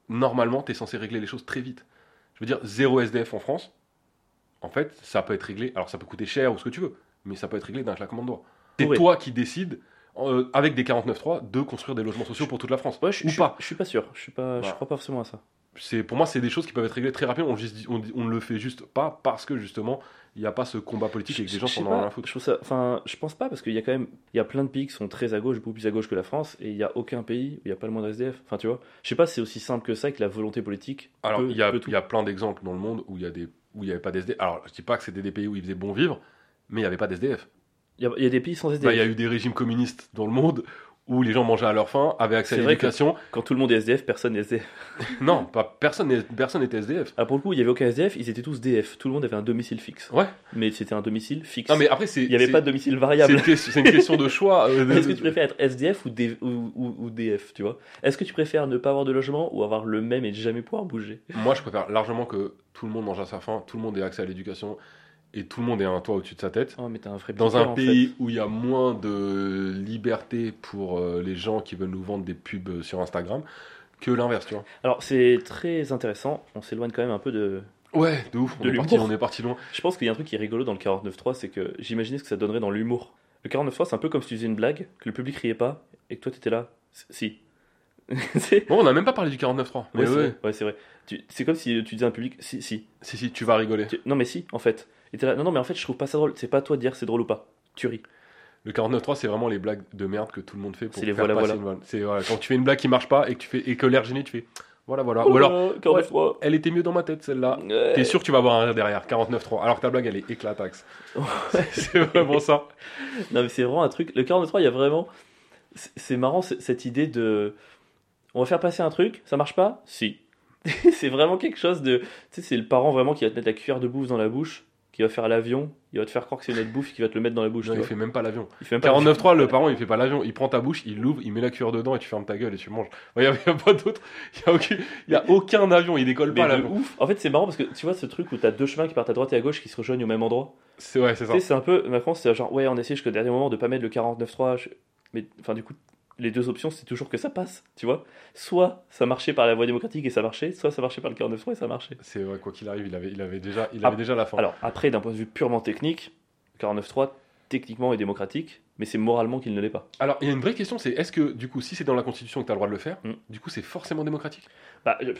normalement, tu es censé régler les choses très vite. Je veux dire, zéro SDF en France, en fait, ça peut être réglé. Alors, ça peut coûter cher ou ce que tu veux, mais ça peut être réglé d'un claquement de doigts. C'est
Ouais.
toi qui décides, euh, avec des 49.3, de construire des logements sociaux pour toute la France.
Ouais, je,
ou
je-
pas. Bah,
je suis pas sûr. Je suis pas, je
Voilà.
crois pas forcément à ça.
C'est- Pour moi, c'est des choses qui peuvent être réglées très rapidement. On, juste- on- on ne le fait juste pas parce que, justement, il n'y a pas ce combat politique et que
Je-
les gens
je sais
s'en ont rien
pas,
à foutre.
Je trouve ça. Enfin, je pense pas parce qu'il y a quand même, il y a plein de pays qui sont très à gauche, beaucoup plus à gauche que la France, et il y a aucun pays où il y a pas le moins de SDF. Enfin, tu vois. Je sais pas, si c'est aussi simple que ça et que la volonté politique.
Alors,
peut-
il y, a,
peut tout.
il y a plein d'exemples dans le monde où il y a des où il n'y avait pas d'SDF. Alors, je dis pas que c'était des pays où il faisait bon vivre, mais il n'y avait pas d'SDF.
Il y, a- il y a des pays sans SDF.
Bah, Il y a eu des régimes communistes dans le monde où les gens mangeaient à leur faim, avaient accès à
C'est vrai que-
l'éducation.
Quand tout le monde est SDF, personne n'est SDF.
Non, pas, personne n'est- personne n'était SDF.
Ah, pour le coup, il y avait aucun SDF. Ils étaient tous DF. Tout le monde avait un domicile fixe.
Ouais.
Mais c'était un domicile fixe.
Non, mais après, c'est.
Il n'y avait
c'est-
pas de domicile
C'est
variable.
une, question- c'est une question de choix. euh, de-
Est-ce que tu préfères être SDF ou, D- ou- ou- ou DF, tu vois Est-ce que tu préfères ne pas avoir de logement ou avoir le même et jamais pouvoir bouger
Moi, je préfère largement que tout le monde mange à sa faim, tout le monde ait accès à l'éducation et tout le monde ait un toit au-dessus de sa tête.
Oh, mais t'as un vrai
Dans
piqueur,
un
en
pays
fait.
où il y a moins de liberté pour euh, les gens qui veulent nous vendre des pubs euh, sur Instagram que l'inverse, tu vois.
Alors, c'est très intéressant. On s'éloigne quand même un peu de.
Ouais, de ouf. On,
De
est,
l'humour.
parti, on est parti loin.
Je pense qu'il y a un truc qui est rigolo dans le 49.3, c'est que j'imaginais ce que ça donnerait dans l'humour. Le 49.3, c'est un peu comme si tu faisais une blague, que le public riait pas, et que toi t'étais là. C- Si. c'est.
Bon, on n'a même pas parlé du 49.3. Mais
Ouais, c'est
ouais,
vrai. Ouais, c'est vrai. Tu- C'est comme si tu disais à un public, si, si.
si, si, tu vas rigoler.
Tu- Non, mais si, en fait. Et t'es là, non, non, mais en fait, je trouve pas ça drôle. C'est pas à toi de dire c'est drôle ou pas. Tu ris.
Le 49.3, c'est vraiment les blagues de merde que tout le monde fait pour
C'est les
faire passer
voilà, voilà.
une vanne. C'est voilà, quand tu fais une blague qui marche pas et que tu fais et que l'air gêné, tu fais voilà voilà. Ou alors
Oula, 49.3.
elle était mieux dans ma tête celle-là.
Ouais.
T'es sûr que tu vas avoir un rire derrière 49.3 alors que ta blague elle est éclataxe. c'est vraiment ça.
Non, mais c'est vraiment un truc. Le 43, il y a vraiment. c'est- C'est marrant c- cette idée de. On va faire passer un truc, ça marche pas Si. c'est vraiment quelque chose de. Tu sais, c'est le parent vraiment qui va te mettre la cuillère de bouffe dans la bouche, qui va faire l'avion, il va te faire croire que c'est une aide bouffe, qui va te le mettre dans la bouche.
Non,
tu
il
vois.
fait même pas l'avion.
Il fait même pas-
49.3, le parent il fait pas l'avion. Il prend ta bouche, il l'ouvre, il met la cuillère dedans et tu fermes ta gueule et tu manges. Il y a, y a pas d'autre. Il y a, aucun- y a aucun avion, il décolle
Mais
pas
de
l'avion.
ouf. En fait, c'est marrant parce que tu vois ce truc où t'as deux chemins qui partent à droite et à gauche qui se rejoignent au même endroit.
C'est ouais, c'est
Tu
ça.
sais, c'est un peu. Macron, c'est genre, ouais, on essaie jusqu'au dernier moment de pas mettre le 49.3. je- Mais enfin, du coup, les deux options, c'est toujours que ça passe, tu vois. Soit ça marchait par la voie démocratique et ça marchait, soit ça marchait par le 49.3 et ça marchait.
C'est vrai, quoi qu'il arrive, il avait, il avait déjà, il
Ah.
avait déjà la fin.
Alors, après, d'un point de vue purement technique, 49.3 techniquement est démocratique, mais c'est moralement qu'il ne l'est pas.
Alors, il y a une vraie question, c'est est-ce que, du coup, si c'est dans la Constitution que tu as le droit de le faire,
Mm.
du coup, c'est forcément démocratique
Bah, je,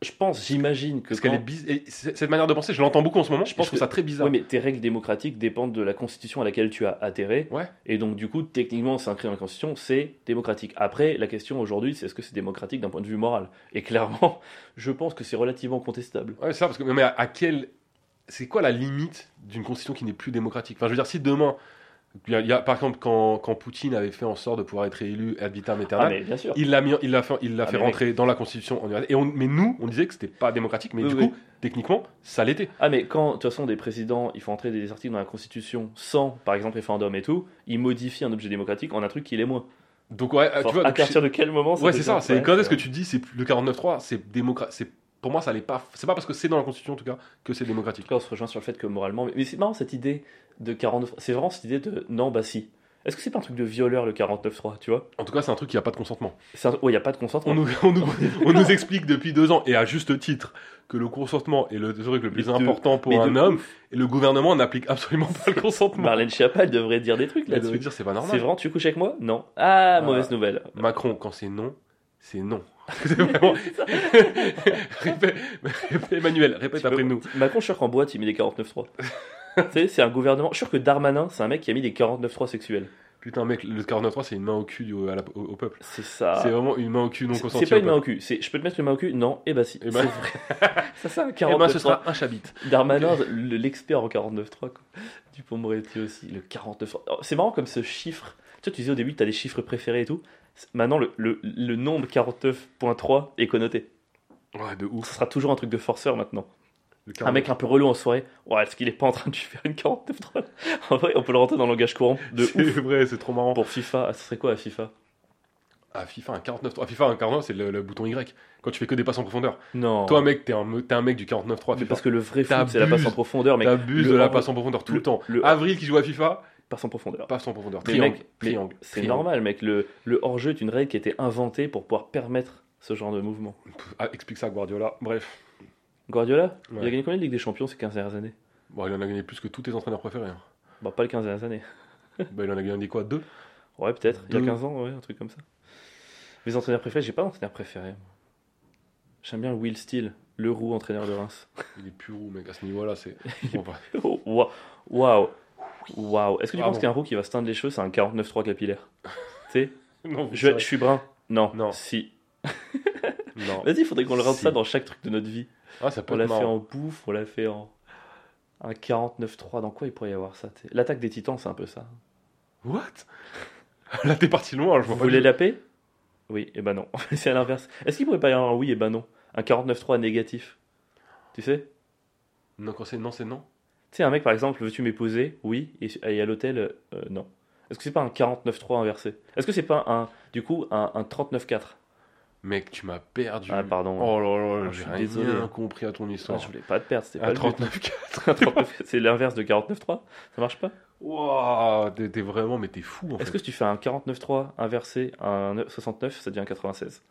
je pense, j'imagine que.
Parce qu'elle
quand-
est biz- et c- Cette manière de penser, je l'entends beaucoup en ce moment,
Je
je
pense
pense que ça très bizarre.
Oui, mais tes règles démocratiques dépendent de la constitution à laquelle tu as atterré.
Ouais.
Et donc, du coup, techniquement, c'est inscrit dans la constitution, c'est démocratique. Après, la question aujourd'hui, c'est est-ce que c'est démocratique d'un point de vue moral Et clairement, je pense que c'est relativement contestable.
Ouais, c'est ça, parce que, mais à, à quel. C'est quoi la limite d'une Constitution qui n'est plus démocratique Enfin, je veux dire, si demain. il y a- il y a- par exemple, quand, quand Poutine avait fait en sorte de pouvoir être élu ad vitam aeternam,
Ah, mais bien sûr.
il l'a mis, il l'a fait, il l'a
Ah,
fait
mais
rentrer dans la Constitution. en- Et on, mais nous, on disait que c'était pas démocratique, mais
Oui,
du
oui.
coup, techniquement, ça l'était.
Ah, mais quand, de toute façon, des présidents, ils font entrer des articles dans la constitution sans, par exemple, référendum et tout, ils modifient un objet démocratique en un truc qui l'est moins.
Donc, ouais, Ah, tu
Enfin,
vois.
à
donc,
partir de quel moment
Ouais, c'est
devient-
ça. C'est
Ouais,
quand est-ce
c'est
que tu dis c'est le 49.3, c'est démocrate, c'est pour moi ça l'est pas. C'est pas parce que c'est dans la Constitution en tout cas que c'est
En
démocratique.
tout cas, on se rejoint sur le fait que moralement. Mais, mais c'est marrant cette idée de 49. C'est vraiment cette idée de non, bah si. Est-ce que c'est pas un truc de violeur le 49.3, tu vois
En tout cas, c'est un truc qui a pas de consentement.
C'est un... Ouais, il n'y a pas de hein. consentement.
On nous, on nous- on nous explique depuis deux ans et à juste titre que le consentement est le truc le plus
Mais de-
important pour
mais
un
de
homme et le gouvernement n'applique absolument pas le consentement.
Marlène Schiappa, elle devrait dire des trucs
Elle devait
là-dessus.
dire c'est pas
bah, C'est
normal.
vraiment, tu couches avec moi Non. Ah,
Ah.
mauvaise nouvelle.
Macron, quand c'est non, c'est non. C'est vraiment- Répète- répète- Emmanuel, répète
Tu
après
peux-
nous.
Macron, je suis sûr qu'en boîte, il met des 49.3. tu sais, c'est un gouvernement. Je suis sûr que Darmanin, c'est un mec qui a mis des 49.3 sexuels.
Putain, mec, le 49.3, c'est une main au cul du- à la- au, au peuple.
C'est ça.
C'est vraiment une main au cul non
Ah. C'est
consentie.
c'est pas
au
une main au cul. C'est je peux te mettre le main au cul Non, eh bah si.
Eh ben-
C'est vrai. ça, c'est un
peuple. Eh ben,
49.3.
ce sera un chabit.
Darmanin, le- l'expert en 49.3, quoi. Dupont-Moretti aussi, le 49.3. Alors, C'est marrant comme ce chiffre. Tu sais, tu disais au début que tu as des chiffres préférés et tout. C'est- Maintenant, le, le- le nombre 49.3 est connoté.
Ouais, de ouf.
Ce sera toujours un truc de forceur maintenant.
Le
Un mec un peu relou en soirée. Ouais, est-ce qu'il est pas en train de lui faire une 49.3 En vrai, on peut le rentrer dans le langage courant de
C'est
ouf.
vrai, c'est trop marrant.
Pour FIFA, ah, ce serait quoi à FIFA
Ah, FIFA, un 49-3. Ah, FIFA, un 49, c'est le, le bouton Y. Quand tu fais que des passes en profondeur.
Non.
Toi, mec, t'es un, me- t'es un mec du 49-3.
Oh. Mais
FIFA.
parce que le vrai foot,
T'abuses.
c'est la passe en profondeur, mec.
T'abuses
le
de la
envoi-
passe en profondeur tout le,
le-
temps.
le-
Avril qui joue à FIFA,
Passe en profondeur.
passe en profondeur.
Mais
Triangle,
mec, mais
triangle.
C'est
triangle.
normal, mec. Le, le hors-jeu est une règle qui a été inventée pour pouvoir permettre ce genre de mouvement.
Pff, ah, explique ça à Guardiola. Bref.
Guardiola, il a
Ouais.
gagné combien de Ligue des Champions ces 15 dernières années
Bon, il en a gagné plus que tous tes entraîneurs préférés. hein.
Bah, pas les 15 dernières années.
bah, il en a gagné quoi Deux
Ouais, peut-être. Il y a
Deux.
15 ans, ouais, un truc comme ça. Mes entraîneurs préférés, j'ai pas d'entraîneur préféré. moi. J'aime bien Will Steele, le roux entraîneur de Reims.
Il est plus roux, mec. À ce niveau-là, c'est. Bon, bah,
Oh, wa- Waouh Waouh Est-ce que tu
Bravo.
penses qu'un roux qui va se teindre les cheveux, c'est un 49-3 capillaire Tu sais
non,
je, je suis brun. Non.
Non.
Si.
non.
Vas-y, il faudrait qu'on le rentre
Si.
ça dans chaque truc de notre vie.
Ah, ça
On
peut
l'a
être
fait
marrant.
en bouffe, on l'a fait en. Un 49-3, dans quoi il pourrait y avoir ça t'sais L'attaque des titans, c'est un peu ça.
What Là, t'es parti loin. Je vois
Vous
pas
voulez
du-
la paix Oui, et ben non. c'est à l'inverse. Est-ce qu'il pourrait pas y avoir un oui et ben non Un 49-3 négatif Tu sais
Non, quand c'est non, c'est non.
Tu sais, un mec par exemple, veux-tu m'épouser Oui, et, et à l'hôtel, euh, non. Est-ce que c'est pas un 49-3 inversé Est-ce que c'est pas un, du coup, un, un 39-4
Mec, tu m'as perdu.
Ah, pardon.
Oh là
Ah,
là,
je
j'ai
suis
rien
désolé, hein.
compris à ton
Ah,
histoire.
je voulais pas te perdre, c'était pas le
Un
but.
39-4.
Un 39, C'est l'inverse de 49-3 Ça marche pas
Waouh, t'es t'es vraiment, mais t'es fou en
Est-ce
fait.
que si tu fais un 49-3 inversé à un 69, ça devient un 96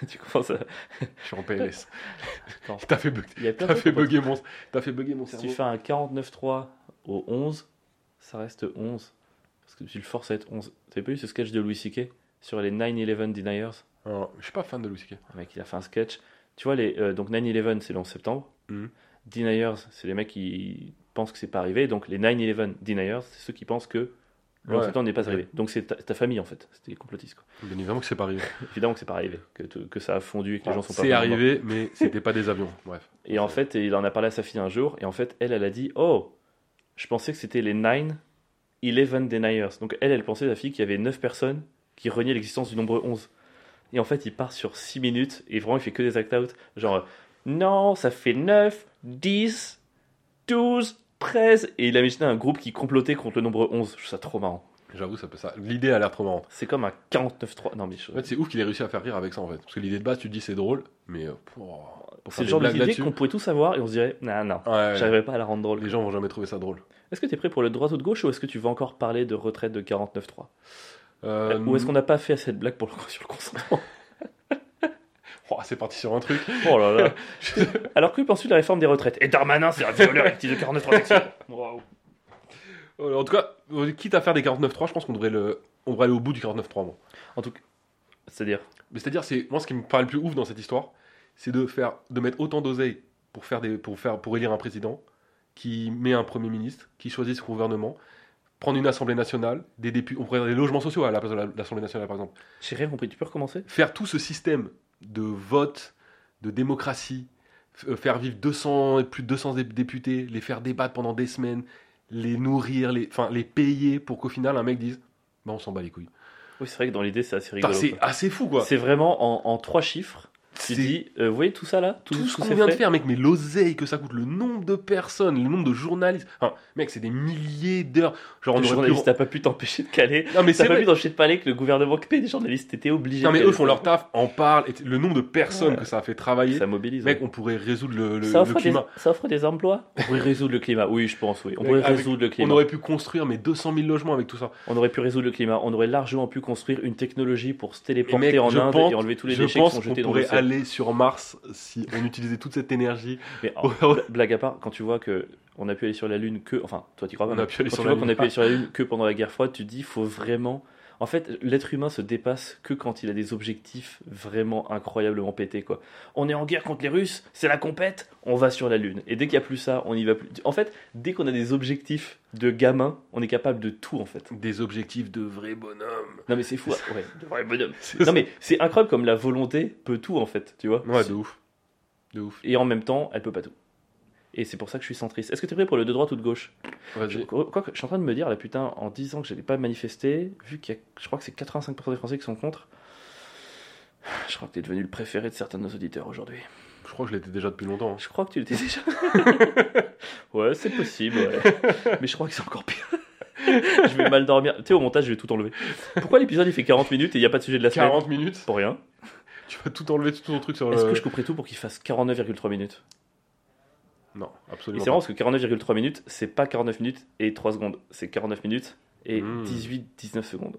Tu commences à...
Je suis en PLS.
Attends.
T'as fait, bug-
Il y a plein
t'as
de
fait
trucs, quoi.
bugger mon, t'as fait bugger mon
Si tu
cerveau.
fais un 49-3 au 11, ça reste 11. Parce que tu le forces à être 11. T'avais pas vu ce sketch de Louis C.K. sur les 9-11 deniers
Alors, Ah, je suis pas fan de Louis C.K.
Le mec, il a fait un sketch. Tu vois, les, euh, donc 9-11, c'est le 11 septembre.
Mhm.
Deniers, c'est les mecs qui pensent que c'est pas arrivé. Donc les 9-11 deniers, c'est ceux qui pensent que le 11
Ouais.
septembre n'est pas
Ouais.
arrivé. Donc c'est ta, ta famille, en fait. C'était complotiste, quoi.
Bien évidemment que c'est pas arrivé.
Évidemment que c'est pas arrivé, que, te- que ça a fondu et que les gens sont pas
Ah, C'est
vraiment morts.
arrivé, mais c'était pas des avions. Bref.
Et en fait, il en a parlé à sa fille un jour, et en fait, elle, elle a dit Oh, je pensais que c'était les 9, 11 deniers. Donc elle, elle pensait, sa fille, qu'il y avait 9 personnes qui reniaient l'existence du nombre 11. Et en fait, il part sur 6 minutes, et vraiment, il fait que des act-out. Genre, euh, non, ça fait 9, 10, 12, 13. Et il a imaginé un groupe qui complotait contre le nombre 11. Je trouve ça trop marrant.
J'avoue, ça peut ça. L'idée a l'air trop marrante.
C'est comme un 49-3. Non, mais je-
En fait, c'est ouf qu'il ait réussi à faire rire avec ça en fait. Parce que l'idée de base, tu te dis c'est drôle, mais euh, pour, pour
c'est le
faire des
genre
blagues
d'idée
là-dessus,
qu'on pourrait tous avoir, et on se dirait Non, non,
ouais, ouais.
j'arriverai pas à la rendre drôle.
les gens vont jamais trouver ça drôle.
Est-ce que tu es prêt pour le droit ou de gauche ou est-ce que tu vas encore parler de retraite de 49.3
Euh,
Ou est-ce qu'on n'a pas fait cette blague pour le, sur le consentement
oh, c'est parti sur un truc.
Oh là là Alors que penses-tu de la réforme des retraites Et Darmanin, c'est un violeur actif de 49.3 sexuel Waouh.
Euh, En tout cas, euh, quitte à faire des 49.3, je pense qu'on devrait le, on devrait aller au bout du 49.3 moi.
En tout cas, c'est-à-dire
Mais c'est-à-dire, c'est moi ce qui me paraît le plus ouf dans cette histoire, c'est de faire, de mettre autant d'oseille pour faire des, pour faire, pour élire un président, qui met un premier ministre, qui choisit son gouvernement, prendre une assemblée nationale, des députés, on pourrait avoir des logements sociaux à la place de la- l'assemblée nationale par exemple.
J'ai rien compris, tu peux recommencer
faire tout ce système de vote, de démocratie, f- euh, faire vivre 200 et plus de 200 dé- députés, les faire débattre pendant des semaines, les nourrir, les, enfin, les payer pour qu'au final un mec dise bah on s'en bat les couilles.
Oui, c'est vrai que dans l'idée, c'est assez
Putain,
rigolo.
C'est
quoi.
assez fou quoi.
C'est vraiment en, en trois chiffres. Tu
C'est
dis, euh, vous voyez tout ça là
tout ce
tous
qu'on
ces
vient de
frais
faire mec, mais l'oseille que ça coûte, le nombre de personnes, le nombre de journalistes, enfin, mec c'est des milliers d'heures.
Le
Genre on aurait pu-
journaliste, t'as pas pu t'empêcher de caler.
Non mais c'est
T'as pas
vrai.
pu t'empêcher de parler que le gouvernement qui paye des journalistes, t'étais obligé.
Non
de
mais eux
caler
font
ça.
leur taf, en parlent, et le nombre de personnes que ça a fait travailler.
Ça mobilise. ouais.
Mec, on pourrait résoudre le, le-
ça,
le
offre des,
climat.
ça offre des emplois On pourrait résoudre le climat, oui, je pense, oui. On
Avec-
pourrait
avec-
résoudre le
On
climat.
aurait pu construire mais 200 000 logements avec tout ça.
On aurait pu résoudre le climat. On aurait largement pu construire une technologie pour se téléporter
Et mec,
en
je
Inde
pense-
et enlever tous les
je
déchets qui
pense
sont
qu'on
jetés dans
pourrait
l'océan.
aller sur Mars si on utilisait toute cette énergie.
Mais en-
on
blague à part, quand tu vois que on a pu aller sur la Lune que, enfin, toi, tu crois pas
a
mais
pu aller
Quand
sur
tu
la
vois qu'on a
Lune.
pu aller sur la Lune que pendant la guerre froide, tu te dis, faut vraiment. En fait, l'être humain se dépasse que quand il a des objectifs vraiment incroyablement pétés, quoi. On est en guerre contre les Russes, c'est la compète, on va sur la Lune. Et dès qu'il n'y a plus ça, on y va plus. En fait, dès qu'on a des objectifs de gamin, on est capable de tout, en fait.
Des objectifs de vrai bonhomme.
Non, mais c'est fou. Ouais, de vrai bonhomme.
C'est
Non, mais c'est incroyable comme la volonté peut tout, en fait, tu vois.
Ouais, de ouf. De ouf.
Et en même temps, elle peut pas tout. Et c'est pour ça que je suis centriste. Est-ce que t'es prêt pour le de droite ou de gauche je,
Vas-y.
quoi que- je suis en train de me dire, là, putain, en disant que j'allais pas manifester, vu qu'il y a, je crois que c'est 85% des Français qui sont contre, je crois que t'es devenu le préféré de certains de nos auditeurs aujourd'hui.
Je crois que je l'étais déjà depuis longtemps. hein.
Je crois que tu l'étais déjà. ouais, c'est possible, ouais. Mais je crois que c'est encore pire. je vais mal dormir. Tu sais, au montage, je vais tout enlever. Pourquoi l'épisode, il fait 40 minutes et il n'y a pas de sujet de la semaine
40 minutes.
Pour rien.
Tu vas tout enlever, tout ton truc sur
Est-ce
le.
que je couperais tout pour qu'il fasse 49,3 minutes
Non,
Et
absolument.
c'est marrant parce que 49,3 minutes, c'est pas 49 minutes et 3 secondes, c'est 49 minutes et
Hmm.
18-19 secondes.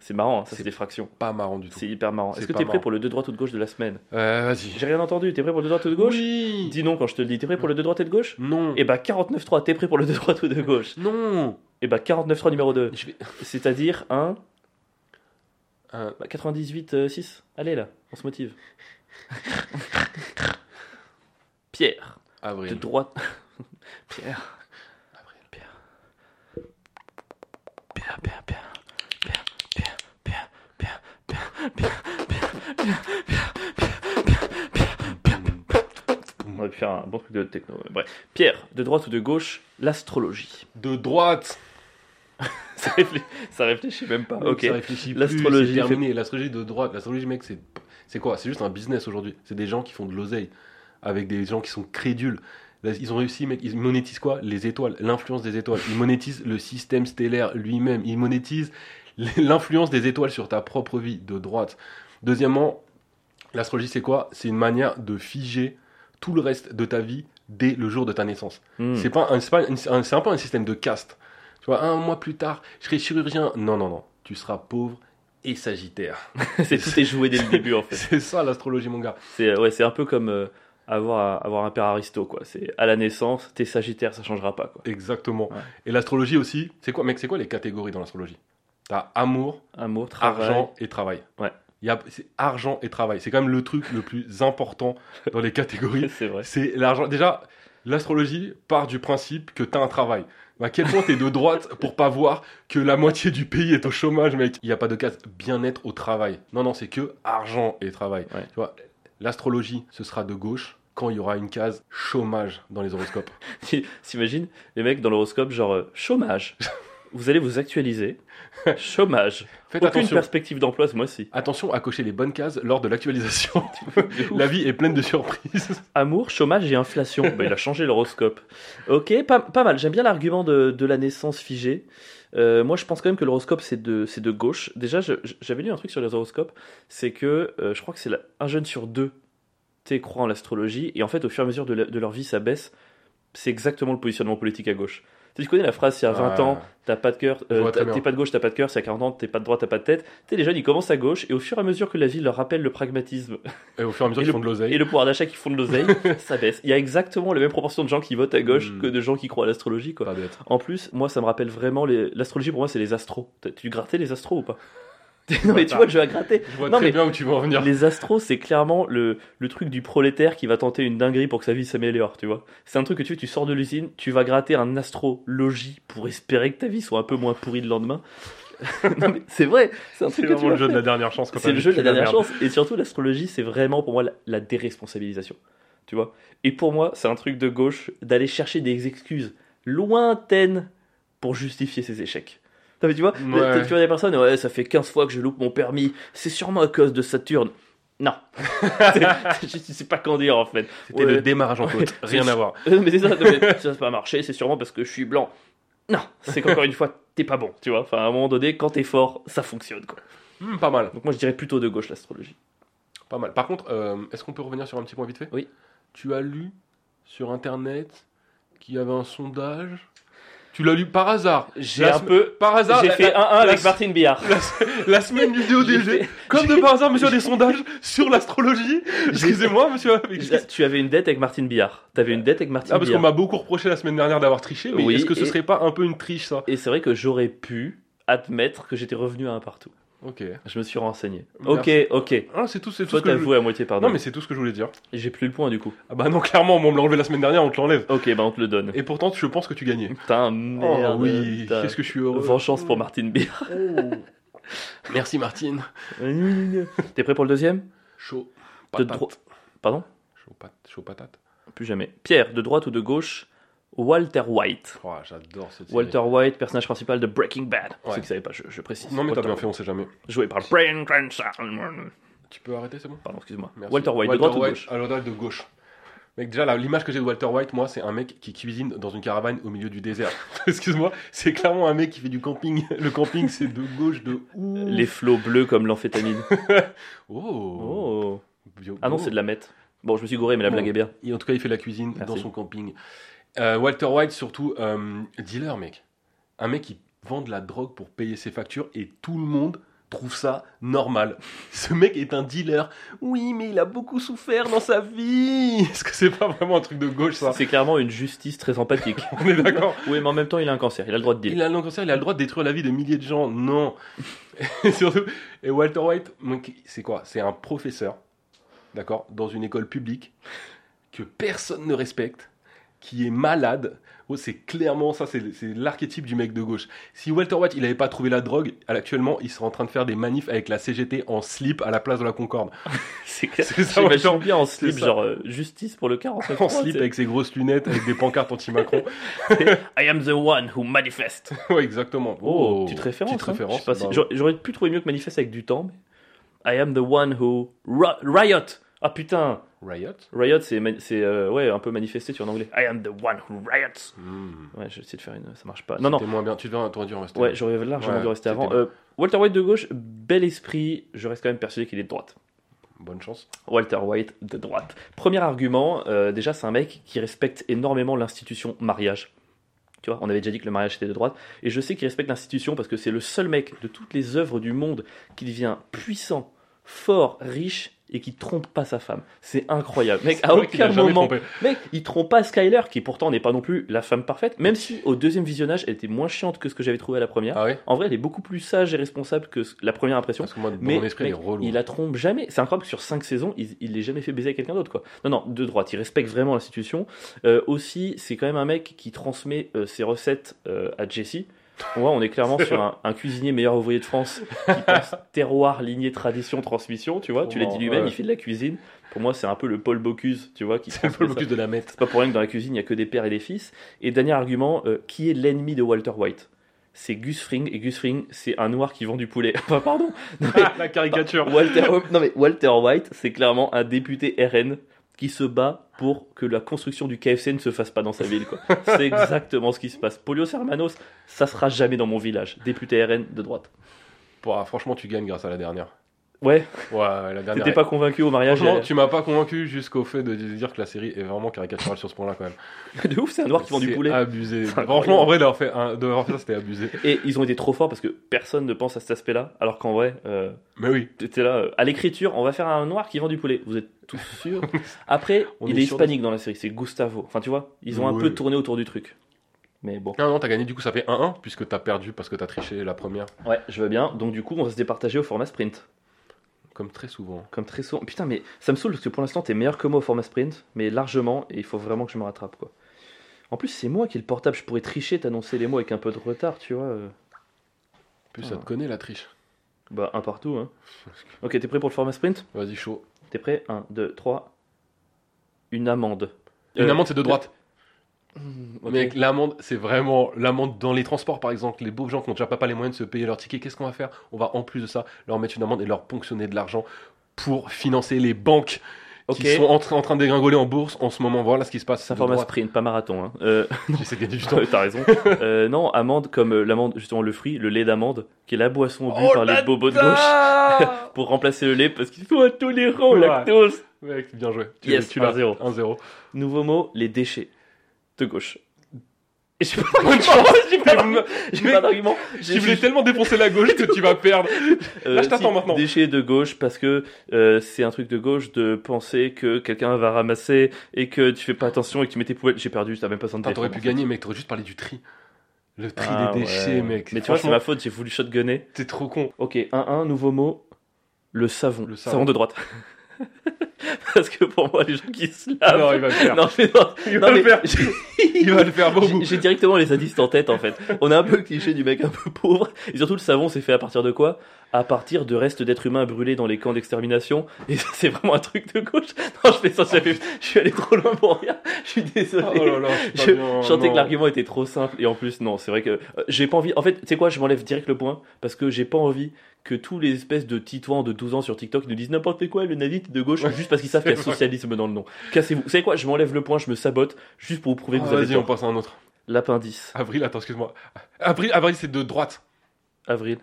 C'est marrant, hein, ça
C'est
c'est des fractions.
Pas marrant du tout.
C'est hyper marrant. Est-ce
C'est
que
pas
t'es prêt
marrant.
pour le 2 droit tout de gauche de la semaine
Euh, Vas-y.
J'ai rien entendu, t'es prêt pour le 2 droit tout de gauche
Oui
Dis non quand je te le dis, t'es prêt pour le 2 droit et de gauche
Non
Et bah 49.3, t'es prêt pour le 2 droit tout de gauche
Non
Et bah 49.3 numéro 2.
Je vais-
C'est-à-dire un
Un-
bah, 98.6. Allez là, on se motive. Pierre, de
Avril.
droite. Pierre.
Avril.
Pierre. Pierre, Pierre, Pierre. Pierre, Pierre, Pierre, Pierre, Pierre, Pierre, Pierre, Pierre, Pierre, Pierre, Pierre, Pierre, Pierre. On va faire un bon truc de techno. mais Bref. Pierre, de droite ou de gauche, l'astrologie.
De droite
Ça, réfléch- ça réfléchit même pas. Ok.
Ça réfléchit plus,
L'astrologie
c'est terminé. L'astrologie de droite. L'astrologie, mec, c'est c'est quoi C'est juste un business aujourd'hui. C'est des gens qui font de l'oseille avec des gens qui sont crédules. Là, Ils ont réussi, mec. Ils monétisent quoi Les étoiles, l'influence des étoiles. Ils monétisent le système stellaire lui-même. Ils monétisent l'influence des étoiles sur ta propre vie de droite. Deuxièmement, l'astrologie, c'est quoi C'est une manière de figer tout le reste de ta vie dès le jour de ta naissance.
Hmm.
C'est pas un, c'est pas un- c'est un, c'est un peu un système de caste. Tu vois, un mois plus tard, je serai chirurgien. Non, non, non. Tu seras pauvre et sagittaire.
C'est tout est joué dès le début en fait.
C'est ça l'astrologie, mon gars.
C'est ouais, c'est un peu comme euh, avoir avoir un père aristo quoi. C'est à la naissance, t'es Sagittaire, ça changera pas quoi.
Exactement.
Ouais.
Et l'astrologie aussi, c'est quoi, mec, c'est quoi les catégories dans l'astrologie T'as amour,
Amour, travail.
argent et travail.
Ouais.
Il y a, c'est argent et travail. C'est quand même le truc le plus important dans les catégories.
c'est vrai.
C'est l'argent. Déjà, l'astrologie part du principe que t'as un travail. Mais à quel point t'es de droite pour pas voir que la moitié du pays est au chômage, mec Il n'y a pas de case bien-être au travail. Non, non, c'est que argent et travail.
Ouais.
Tu vois, l'astrologie, ce sera de gauche quand il y aura une case chômage dans les horoscopes.
T'imagines les mecs dans l'horoscope genre euh, chômage. Vous allez vous actualiser. Chômage.
Faites
Aucune
attention.
perspective d'emploi ce mois-ci.
Attention à cocher les bonnes cases lors de l'actualisation.
De ouf.
la vie est pleine de surprises.
Amour, chômage et inflation. Bah, il a changé l'horoscope. Ok, pas, pas mal. J'aime bien l'argument de, de la naissance figée. Euh, moi, je pense quand même que l'horoscope, c'est de, c'est de gauche. Déjà, je- je- j'avais lu un truc sur les horoscopes. C'est que euh, je crois que c'est la- un jeune sur deux tu sais, croit en l'astrologie. Et en fait, au fur et à mesure de, la- de leur vie, ça baisse. C'est exactement le positionnement politique à gauche. Tu sais, tu connais la phrase, il y a 20 ans, t'as pas de cœur,
Je
euh,
vois très
t'as-
bien.
t'es pas de gauche, t'as pas de cœur, c'est à 40 ans, t'es pas de droite, t'as pas de tête. Tu sais, les jeunes, ils commencent à gauche, et au fur et à mesure que la vie leur rappelle le pragmatisme
Euh, Et au fur et à mesure
Et le-
qu'ils font de
et
l'oseille.
le pouvoir d'achat qui font de l'oseille, ça baisse. Il y a exactement la même proportion de gens qui votent à gauche
Mm.
que de gens qui croient à l'astrologie. quoi.
Pas bête.
En plus, moi, ça me rappelle vraiment. les- L'astrologie, pour moi, c'est les astros. T'as- Tu grattais les astros ou pas Non, mais tu vois, le jeu à gratter.
Je vois
Non,
très
mais-
bien où tu veux en venir.
Les astros, c'est clairement le, le truc du prolétaire qui va tenter une dinguerie pour que sa vie s'améliore, tu vois. C'est un truc que tu fais, tu sors de l'usine, tu vas gratter un astrologie pour espérer que ta vie soit un peu moins pourrie le lendemain. non, mais c'est vrai, c'est un
C'est
truc que tu
vraiment le
vas
jeu de
faire.
la dernière chance. quand
C'est le
t'as
jeu de la
vécu
dernière
merde.
chance. Et surtout, l'astrologie, c'est vraiment pour moi la, la déresponsabilisation. Tu vois Et pour moi, c'est un truc de gauche d'aller chercher des excuses lointaines pour justifier ses échecs. Non, mais tu vois,
Ouais.
tu vois des personnes, ouais, ça fait 15 fois que je loupe mon permis, c'est sûrement à cause de Saturne. Non. C'est- je ne sais pas qu'en dire en fait.
C'était
Ouais.
le démarrage en côte.
Ouais.
Rien à voir.
Euh, mais c'est ça, non, mais ça n'a pas marché, c'est sûrement parce que je suis blanc. Non, c'est qu'encore une fois, t'es pas bon, tu vois. Enfin, à un moment donné, quand t'es fort, ça fonctionne quoi.
Hmm, pas mal,
Donc moi, je dirais plutôt de gauche l'astrologie.
pas mal. Par contre, euh, est-ce qu'on peut revenir sur un petit point vite fait
Oui.
Tu as lu sur internet qu'il y avait un sondage Tu l'as lu par hasard
J'ai
La
un
sem-
peu
Par hasard
J'ai
la-
fait 1-1
la-
avec
la-
Martine Billard.
La semaine du DODG,
J'ai fait-
comme de
j'ai-
par hasard, monsieur, des sondages sur l'astrologie. Excusez-moi, monsieur.
J'ai- Tu avais une dette avec Martine Billard. Tu avais une dette avec Martine
Ah, parce qu'on
Billard.
m'a beaucoup reproché la semaine dernière d'avoir triché, mais
Oui,
est-ce que ce
et-
serait pas un peu une triche, ça
Et c'est vrai que j'aurais pu admettre que j'étais revenu à un partout.
Ok.
Je me suis renseigné.
Merci.
Ok, ok.
Ah, c'est tout, c'est tout ce
Faute
que je...
avouée à moitié pardon.
Non, mais c'est tout ce que je voulais dire.
J'ai plus le point du coup.
Ah bah non, clairement, on me l'a enlevé la semaine dernière, on te l'enlève.
Ok, bah on te le donne.
Et pourtant, je pense que tu gagnais.
Putain, merde.
oh oui,
putain.
qu'est-ce que je suis heureux.
Vengeance pour Martine Billard.
Oh. Merci Martine.
T'es prêt pour le deuxième
Chaud.
De
Patate.
droite. Pardon
Chaud, pat- chaud patate.
Plus jamais. Pierre, de droite ou de gauche Walter White.
Oh, J'adore cette série.
Walter White, personnage principal de Breaking Bad.
Ouais.
Ceux qui savaient pas, je, je précise.
Non mais t'as
Walter
bien fait, on sait jamais.
joué par Brian Cranston.
Tu peux arrêter, c'est bon
Pardon, excuse-moi.
Merci.
Walter White, de droite ou de
White,
gauche
à l'ordre de gauche. Mec, déjà, là, l'image que j'ai de Walter White, moi, c'est un mec qui cuisine dans une caravane au milieu du désert. Excuse-moi, c'est clairement un mec qui fait du camping. Le camping, c'est de gauche, de ouf.
Les flots bleus comme l'amphétamine.
Oh.
Oh. Ah non, c'est de la meth. Bon, je me suis gouré, mais la
Oh.
blague est bien.
Et en tout cas, il fait la cuisine
Merci.
dans son camping. Euh, Walter White, surtout, euh, dealer, mec. Un mec qui vend de la drogue pour payer ses factures et tout le monde trouve ça normal. Ce mec est un dealer. Oui, mais il a beaucoup souffert dans sa vie. Est-ce que c'est pas vraiment un truc de gauche ça
C'est clairement une justice très empathique.
On est d'accord.
oui, mais en même temps, il a un cancer, il a le droit de dire.
Il a le cancer, il a le droit de détruire la vie de milliers de gens. Non. et surtout, et Walter White, donc, c'est quoi C'est un professeur, d'accord, dans une école publique que personne ne respecte, qui est malade. Oh, c'est clairement ça, c'est c'est l'archétype du mec de gauche. Si Walter White, il n'avait pas trouvé la drogue, actuellement, il serait en train de faire des manifs avec la CGT en slip à la place de la Concorde.
C'est clair.
C'est ça, en même
J'imagine
temps.
bien en slip,
Ah C'est ça.
genre euh, justice pour le 49
En slip avec ses grosses lunettes, avec des pancartes anti-Macron.
I am the one who manifest.
ouais, exactement.
Oh, petite référence.
Petite
hein.
référence.
Je sais
bah.
pas si-
bravo.
j'aurais- J'aurais pu trouver mieux que manifeste avec du temps. mais I am the one who ri- riot. Ah putain,
Riot.
riot c'est mani- c'est euh, ouais un peu manifesté sur en anglais. I am the one who riots.
Hmm.
Ouais, j'ai essayé de faire une, ça marche pas. Non non,
T'es moins bien, tu devrais t'aurais dû en rester.
ouais, j'aurais largement
Ouais,
dû rester avant.
c'était-
Euh, Walter White de gauche, bel esprit. Je reste quand même persuadé qu'il est de droite.
Bonne chance.
Walter White de droite. Premier argument, euh, déjà c'est un mec qui respecte énormément l'institution mariage. Tu vois, on avait déjà dit que le mariage était de droite, et je sais qu'il respecte l'institution parce que c'est le seul mec de toutes les œuvres du monde qui devient puissant, fort, riche et qui trompe pas sa femme. C'est incroyable, mec. À
Le mec, il a
aucun
jamais
moment,
trompé.
mec, il trompe pas Skyler qui pourtant n'est pas non plus la femme parfaite. Même si au deuxième visionnage, elle était moins chiante que ce que j'avais trouvé à la première.
Ah ouais
En vrai, elle est beaucoup plus sage et responsable que ce- la première impression.
Parce que moi, dans
Mais
mon esprit,
mec,
il est relou.
il la trompe jamais. C'est incroyable que sur 5 saisons, il il l'ait jamais fait baiser avec quelqu'un d'autre. quoi. Non, non, de droite. Il respecte vraiment l'institution. Euh, aussi, c'est quand même un mec qui transmet euh, ses recettes euh, à Jesse. On voit, on est clairement sur un, un cuisinier meilleur ouvrier de France qui pense terroir, lignée, tradition, transmission. Tu vois, tu l'as dit lui-même,
Ouais.
il fait de la cuisine. Pour moi, c'est un peu le Paul Bocuse, tu vois, qui
C'est le
transmet ça.
focus de la mettre.
C'est pas pour rien que dans la cuisine, il n'y a que des pères et des fils. Et dernier argument, euh, qui est l'ennemi de Walter White C'est Gus Fring. Et Gus Fring, c'est un noir qui vend du poulet. Enfin, pardon. Non, mais-
la caricature.
Walter, non mais Walter White, c'est clairement un député RN qui se bat pour que la construction du KFC ne se fasse pas dans sa ville. quoi. C'est exactement ce qui se passe. Polio Hermanos, ça sera jamais dans mon village. Député RN de droite.
Pouah, ah, franchement, tu gagnes grâce à la dernière.
Ouais,
Ouais, la dernière.
t'étais pas convaincu au mariage.
Ah, Franchement,
euh,
tu m'as pas convaincu jusqu'au fait de dire que la série est vraiment caricaturale sur ce point-là quand même.
De ouf, c'est un noir qui vend du
C'est
poulet.
Abusé.
C'est
Franchement, en vrai, d'avoir fait, un- d'avoir fait ça, c'était abusé.
Et ils ont été trop forts parce que personne ne pense à cet aspect-là. Alors qu'en vrai, euh,
Mais oui,
t'étais là, euh, à l'écriture, on va faire un noir qui vend du poulet. Vous êtes tous sûrs Après,
On
il
est
est
sûr
hispanique dans la série, c'est Gustavo. Enfin, tu vois, ils ont un
Ouais.
peu tourné autour du truc. Mais bon.
non, non, t'as gagné. Du coup, ça fait 1-1 puisque t'as perdu parce que t'as triché la première,
Ouais, je veux bien. Donc du coup, on va se départager au format sprint.
comme très souvent.
Comme très souvent. Putain, mais ça me saoule parce que pour l'instant, t'es meilleur que moi au format sprint, mais largement, et il faut vraiment que je me rattrape, quoi. En plus, c'est moi qui ai le portable, je pourrais tricher, t'annoncer les mots avec un peu de retard, tu vois. euh.
En plus,
Ah.
ça te connaît la triche.
Bah, un partout, hein. Ok, t'es prêt pour le format sprint
Vas-y, chaud.
T'es prêt 1, 2, 3. Une amende.
Une
Euh,
amende, c'est de droite.
ok.
Mec, l'amende, c'est vraiment l'amende dans les transports, par exemple. Les pauvres gens qui n'ont déjà pas les moyens de se payer leur ticket, qu'est-ce qu'on va faire On va en plus de ça leur mettre une amende et leur ponctionner de l'argent pour financer les banques
Ok.
qui sont en, train- en train de dégringoler en bourse en ce moment. Voilà ce qui se passe.
C'est un
de
format
droite.
sprint, pas marathon. Hein. Euh,
J'essaie de gagner du temps.
Ouais, T'as raison. Euh, non, amande comme euh, l'amande, justement le fruit, le lait d'amande, qui est la boisson bu
Oh
par les
la
bobos de gauche
Ah
pour remplacer le lait parce qu'ils sont intolérants au
Ouais.
lactose.
Mec, bien joué. Tu,
Yes,
tu l'as.
1-0.
1-0.
Nouveau mot, les déchets. De gauche. Et J'ai pas
Bonne
d'argument, j'ai pas d'argument,
Tu
j'ai pas d'argument. J'ai
voulais
juste,
tellement défoncer la gauche que tu vas perdre.
euh,
là, je t'attends maintenant.
Déchets de gauche parce que euh, c'est un truc de gauche de penser que quelqu'un va ramasser et que tu fais pas attention et que tu mets tes poubelles. J'ai perdu, t'as même pas besoin de
Putain, T'aurais pu
défendre.
gagner, mec. T'aurais juste parlé du tri. Le tri
Ah,
des déchets,
ouais.
mec.
Mais tu vois, c'est
Franchement,
ma faute, j'ai voulu shotgunner.
T'es trop con.
Ok, 1-1, nouveau mot, le savon.
Le savon.
savon. de droite. Parce que pour moi, les gens qui se lavent.
non, il va le faire.
Ah, Non, mais non,
il
non,
va le
mais
faire.
j'ai-
Il va le faire beau
j'ai- j'ai directement les indices en tête en fait. On a un peu le cliché du mec un peu pauvre. Et surtout, le savon, c'est fait à partir de quoi À partir de restes d'êtres humains brûlés dans les camps d'extermination. Et ça, c'est vraiment un truc de gauche. Non, je fais ça, j'avais- je suis allé trop loin pour rien. Je suis désolé.
Oh là là, je suis pas
Je
bien,
chantais
non.
que l'argument était trop simple et en plus non, c'est vrai que euh, j'ai pas envie. En fait, tu sais quoi, je m'enlève direct le point parce que j'ai pas envie que tous les espèces de titouans de 12 ans sur TikTok nous disent n'importe quoi, le nazi t'es de gauche
Ouais,
juste parce qu'ils savent qu'il y a
c'est vrai.
socialisme dans le nom. Cassez-vous. Vous savez quoi, je m'enlève le point, je me sabote juste pour vous prouver que
Ah,
vous avez
Vas-y, on
tort.
passe à un autre.
L'appendice,
Avril, attends, excuse-moi. Avril, avril c'est de droite.
avril.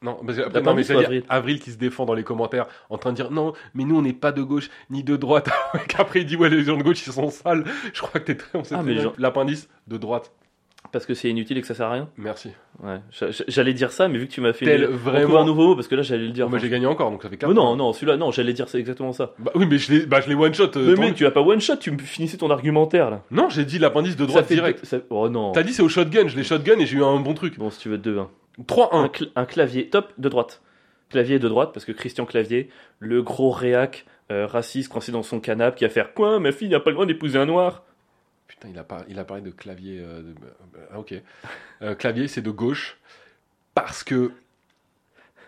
Non, parce que après,
T'as
non
pas
mais
dit
c'est-à-dire
Avril.
avril. qui se défend dans les commentaires en train de dire non, mais nous on n'est pas de gauche ni de droite. Après il dit ouais les gens de gauche ils sont sales. Je crois que t'es très on sait
Ah,
très
mais
bien.
genre-
L'appendice de droite.
Parce que c'est inutile et que ça sert à rien
Merci.
Ouais. J'a- j'a- J'allais dire ça, mais vu que tu m'as fait
Tel
une-
vraiment-
un nouveau mot, parce que là j'allais le dire.
Oh, mais j'ai gagné encore, donc ça fait 4.
Mais non, non, celui-là, non, j'allais dire c'est exactement ça.
Bah, oui, mais je l'ai bah, je l'ai one shot. euh,
mais
tant
mec,
mieux.
tu vas pas one shot, tu me finissais ton argumentaire là.
Non, j'ai dit l'appendice de droite
Ça fait
direct.
deux- ça- Oh non.
T'as dit c'est au shotgun, je l'ai shotgun et j'ai eu un bon truc.
Bon, si tu veux 2-1. Un,
3-1.
cl- un clavier, top, de droite. Clavier de droite, parce que Christian Clavier, le gros réac euh, raciste coincé dans son canapé qui va faire Quoi Ma fille n'a pas le droit d'épouser un noir
Putain, il a, par- il a parlé de clavier. euh, de- Ah, ok. Euh, clavier, c'est de gauche. Parce que,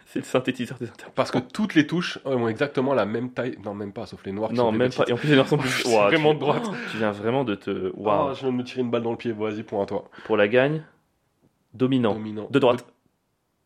C'est le synthétiseur des interprètes.
parce que toutes les touches ont exactement la même taille. Non, même pas, sauf les noirs qui sont
Non,
des
même
petites.
pas. Et en plus, les noirs sont plus.
C'est
Ouah, tu-
vraiment de droite.
Tu viens vraiment de te.
Ah,
Waouh.
je viens de me tirer une balle dans le pied. Vas-y, point à toi.
Pour la gagne, dominant.
Dominant.
De droite.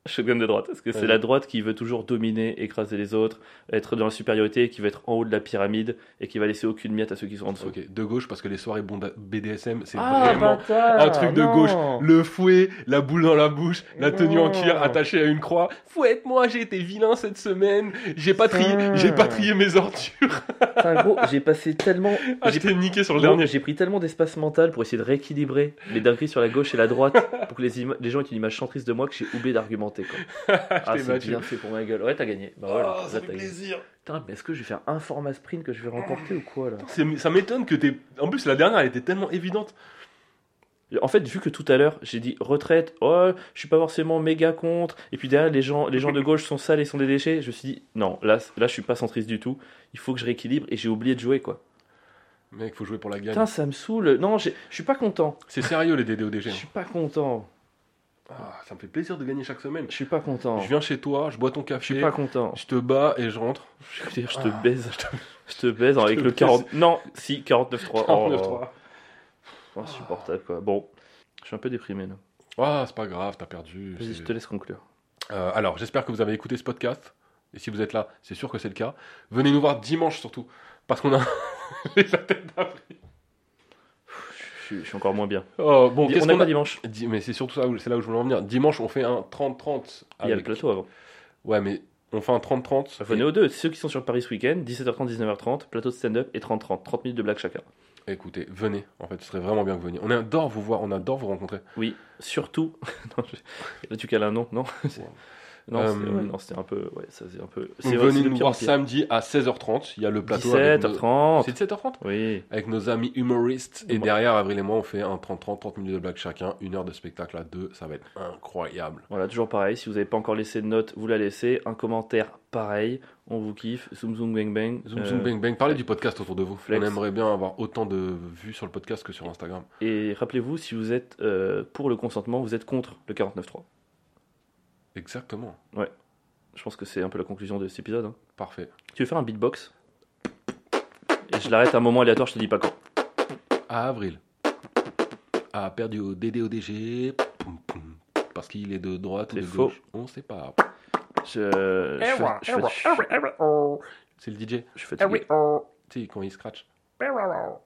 Shotgun de droite. Parce que c'est
Vas-y.
la droite qui veut toujours dominer, écraser les autres, être dans la supériorité, qui va être en haut de la pyramide et qui va laisser aucune miette à ceux qui sont en dessous.
Ok, de gauche, parce que les soirées bonda- BDSM, c'est
Ah,
vraiment
bâtard,
un truc de
non.
gauche. Le fouet, la boule dans la bouche, la tenue
Non.
en cuir attachée à une croix. Fouette-moi, j'ai été vilain cette semaine. J'ai pas trié,
Putain.
j'ai pas trié mes ordures.
Putain, gros, j'ai passé tellement.
Ah,
j'ai-
J'étais niqué sur le
Gros,
dernier.
J'ai pris tellement d'espace mental pour essayer de rééquilibrer les dingueries sur la gauche et la droite pour que les, ima- les gens aient une image chantrice de moi que j'ai oublié d'argumenter. quoi. ah,
t'ai
c'est
battu.
bien fait pour ma gueule. Ouais, t'as gagné. Bah voilà,
Ah,
là, t'as
ça fait
gagné.
plaisir. Ah.
Putain, mais est-ce que je vais faire un format sprint que je vais remporter ou quoi là
C'est- Ça m'étonne que t'es. En plus, la dernière, elle était tellement évidente.
En fait, vu que tout à l'heure j'ai dit retraite, oh, je suis pas forcément méga contre, et puis derrière les gens, les gens de gauche sont sales et sont des déchets, je me suis dit non, là, là je suis pas centriste du tout, il faut que je rééquilibre et j'ai oublié de jouer quoi.
Mec, faut jouer pour la gagne.
Putain, ça me saoule, non, j'ai- je suis pas content,
C'est sérieux les DDODG.
je suis pas content,
hein. Ah, ça me fait plaisir de gagner chaque semaine.
je suis pas content,
Je viens chez toi, je bois ton
Oh. je suis
café,
pas content.
je te bats et je rentre.
Je veux dire, je te baise, je te baise avec
Ah. te
le
baise.
40. Non, si, 49-3. Oh,
49-3.
insupportable quoi. Bon, je suis un peu déprimé là.
Ah, c'est pas grave, t'as perdu.
Vas-y,
c'est-
je te laisse conclure.
Euh, alors, j'espère que vous avez écouté ce podcast. Et si vous êtes là, c'est sûr que c'est le cas. Venez nous voir dimanche surtout. Parce qu'on a les tête d'avril.
Je suis- je suis encore moins bien.
Oh, bon, qu'est-ce
On n'a
qu'on
pas
a
dimanche.
Di- Mais c'est surtout ça, où- c'est là où je voulais en venir. Dimanche, on fait un 30-30.
Il y a le
avec-
plateau avant.
Ouais, mais on fait un 30-30.
Venez aux deux, ceux qui sont sur Paris ce week-end, 17h30, 19h30, plateau de stand-up et 30-30, 30 minutes de blague chacun.
Et- Écoutez, venez. En fait, ce serait vraiment bien que vous veniez. On adore vous voir, on adore vous rencontrer.
Oui, surtout. non, je- Là, tu cales un nom, non c'est- Non,
Euh,
c'était- ouais, non, c'était un peu. Ouais, ça c'est un peu.
Donc,
vrai,
venez
de
nous
pire en
voir
pire.
samedi à 16h30. Il y a le plateau. avec nos-
17h30.
C'est 17h30
Oui.
Avec nos amis humoristes. Et
Moi-
derrière, Avril et moi, on fait un 30-30, 30 minutes de blague chacun. Une heure de spectacle à deux. Ça va être incroyable.
Voilà, toujours pareil. Si vous n'avez pas encore laissé de note, vous la laissez. Un commentaire, pareil. On vous kiffe. Zoom, zoom, bang, bang.
Zoom,
Euh,
zoom, bang, bang. Parlez du podcast autour de vous.
Flex.
On aimerait bien avoir autant de vues sur le podcast que sur Instagram.
Et rappelez-vous, si vous êtes euh, pour le consentement, vous êtes contre le 49.3.
Exactement.
Je pense que c'est un peu la conclusion de cet épisode. hein.
Parfait.
Tu veux faire un beatbox Et je l'arrête à un moment aléatoire, je te dis pas quand.
À avril. A perdu au DDODG. Poum, poum. Parce qu'il est de droite ou
C'est
de
faux.
gauche. On sait pas.
Je, je, fais-
Error,
je fais-
error, error, error,
C'est le DJ.
je suis fatigué.
error, error,
Tu sais, quand il scratch.
error.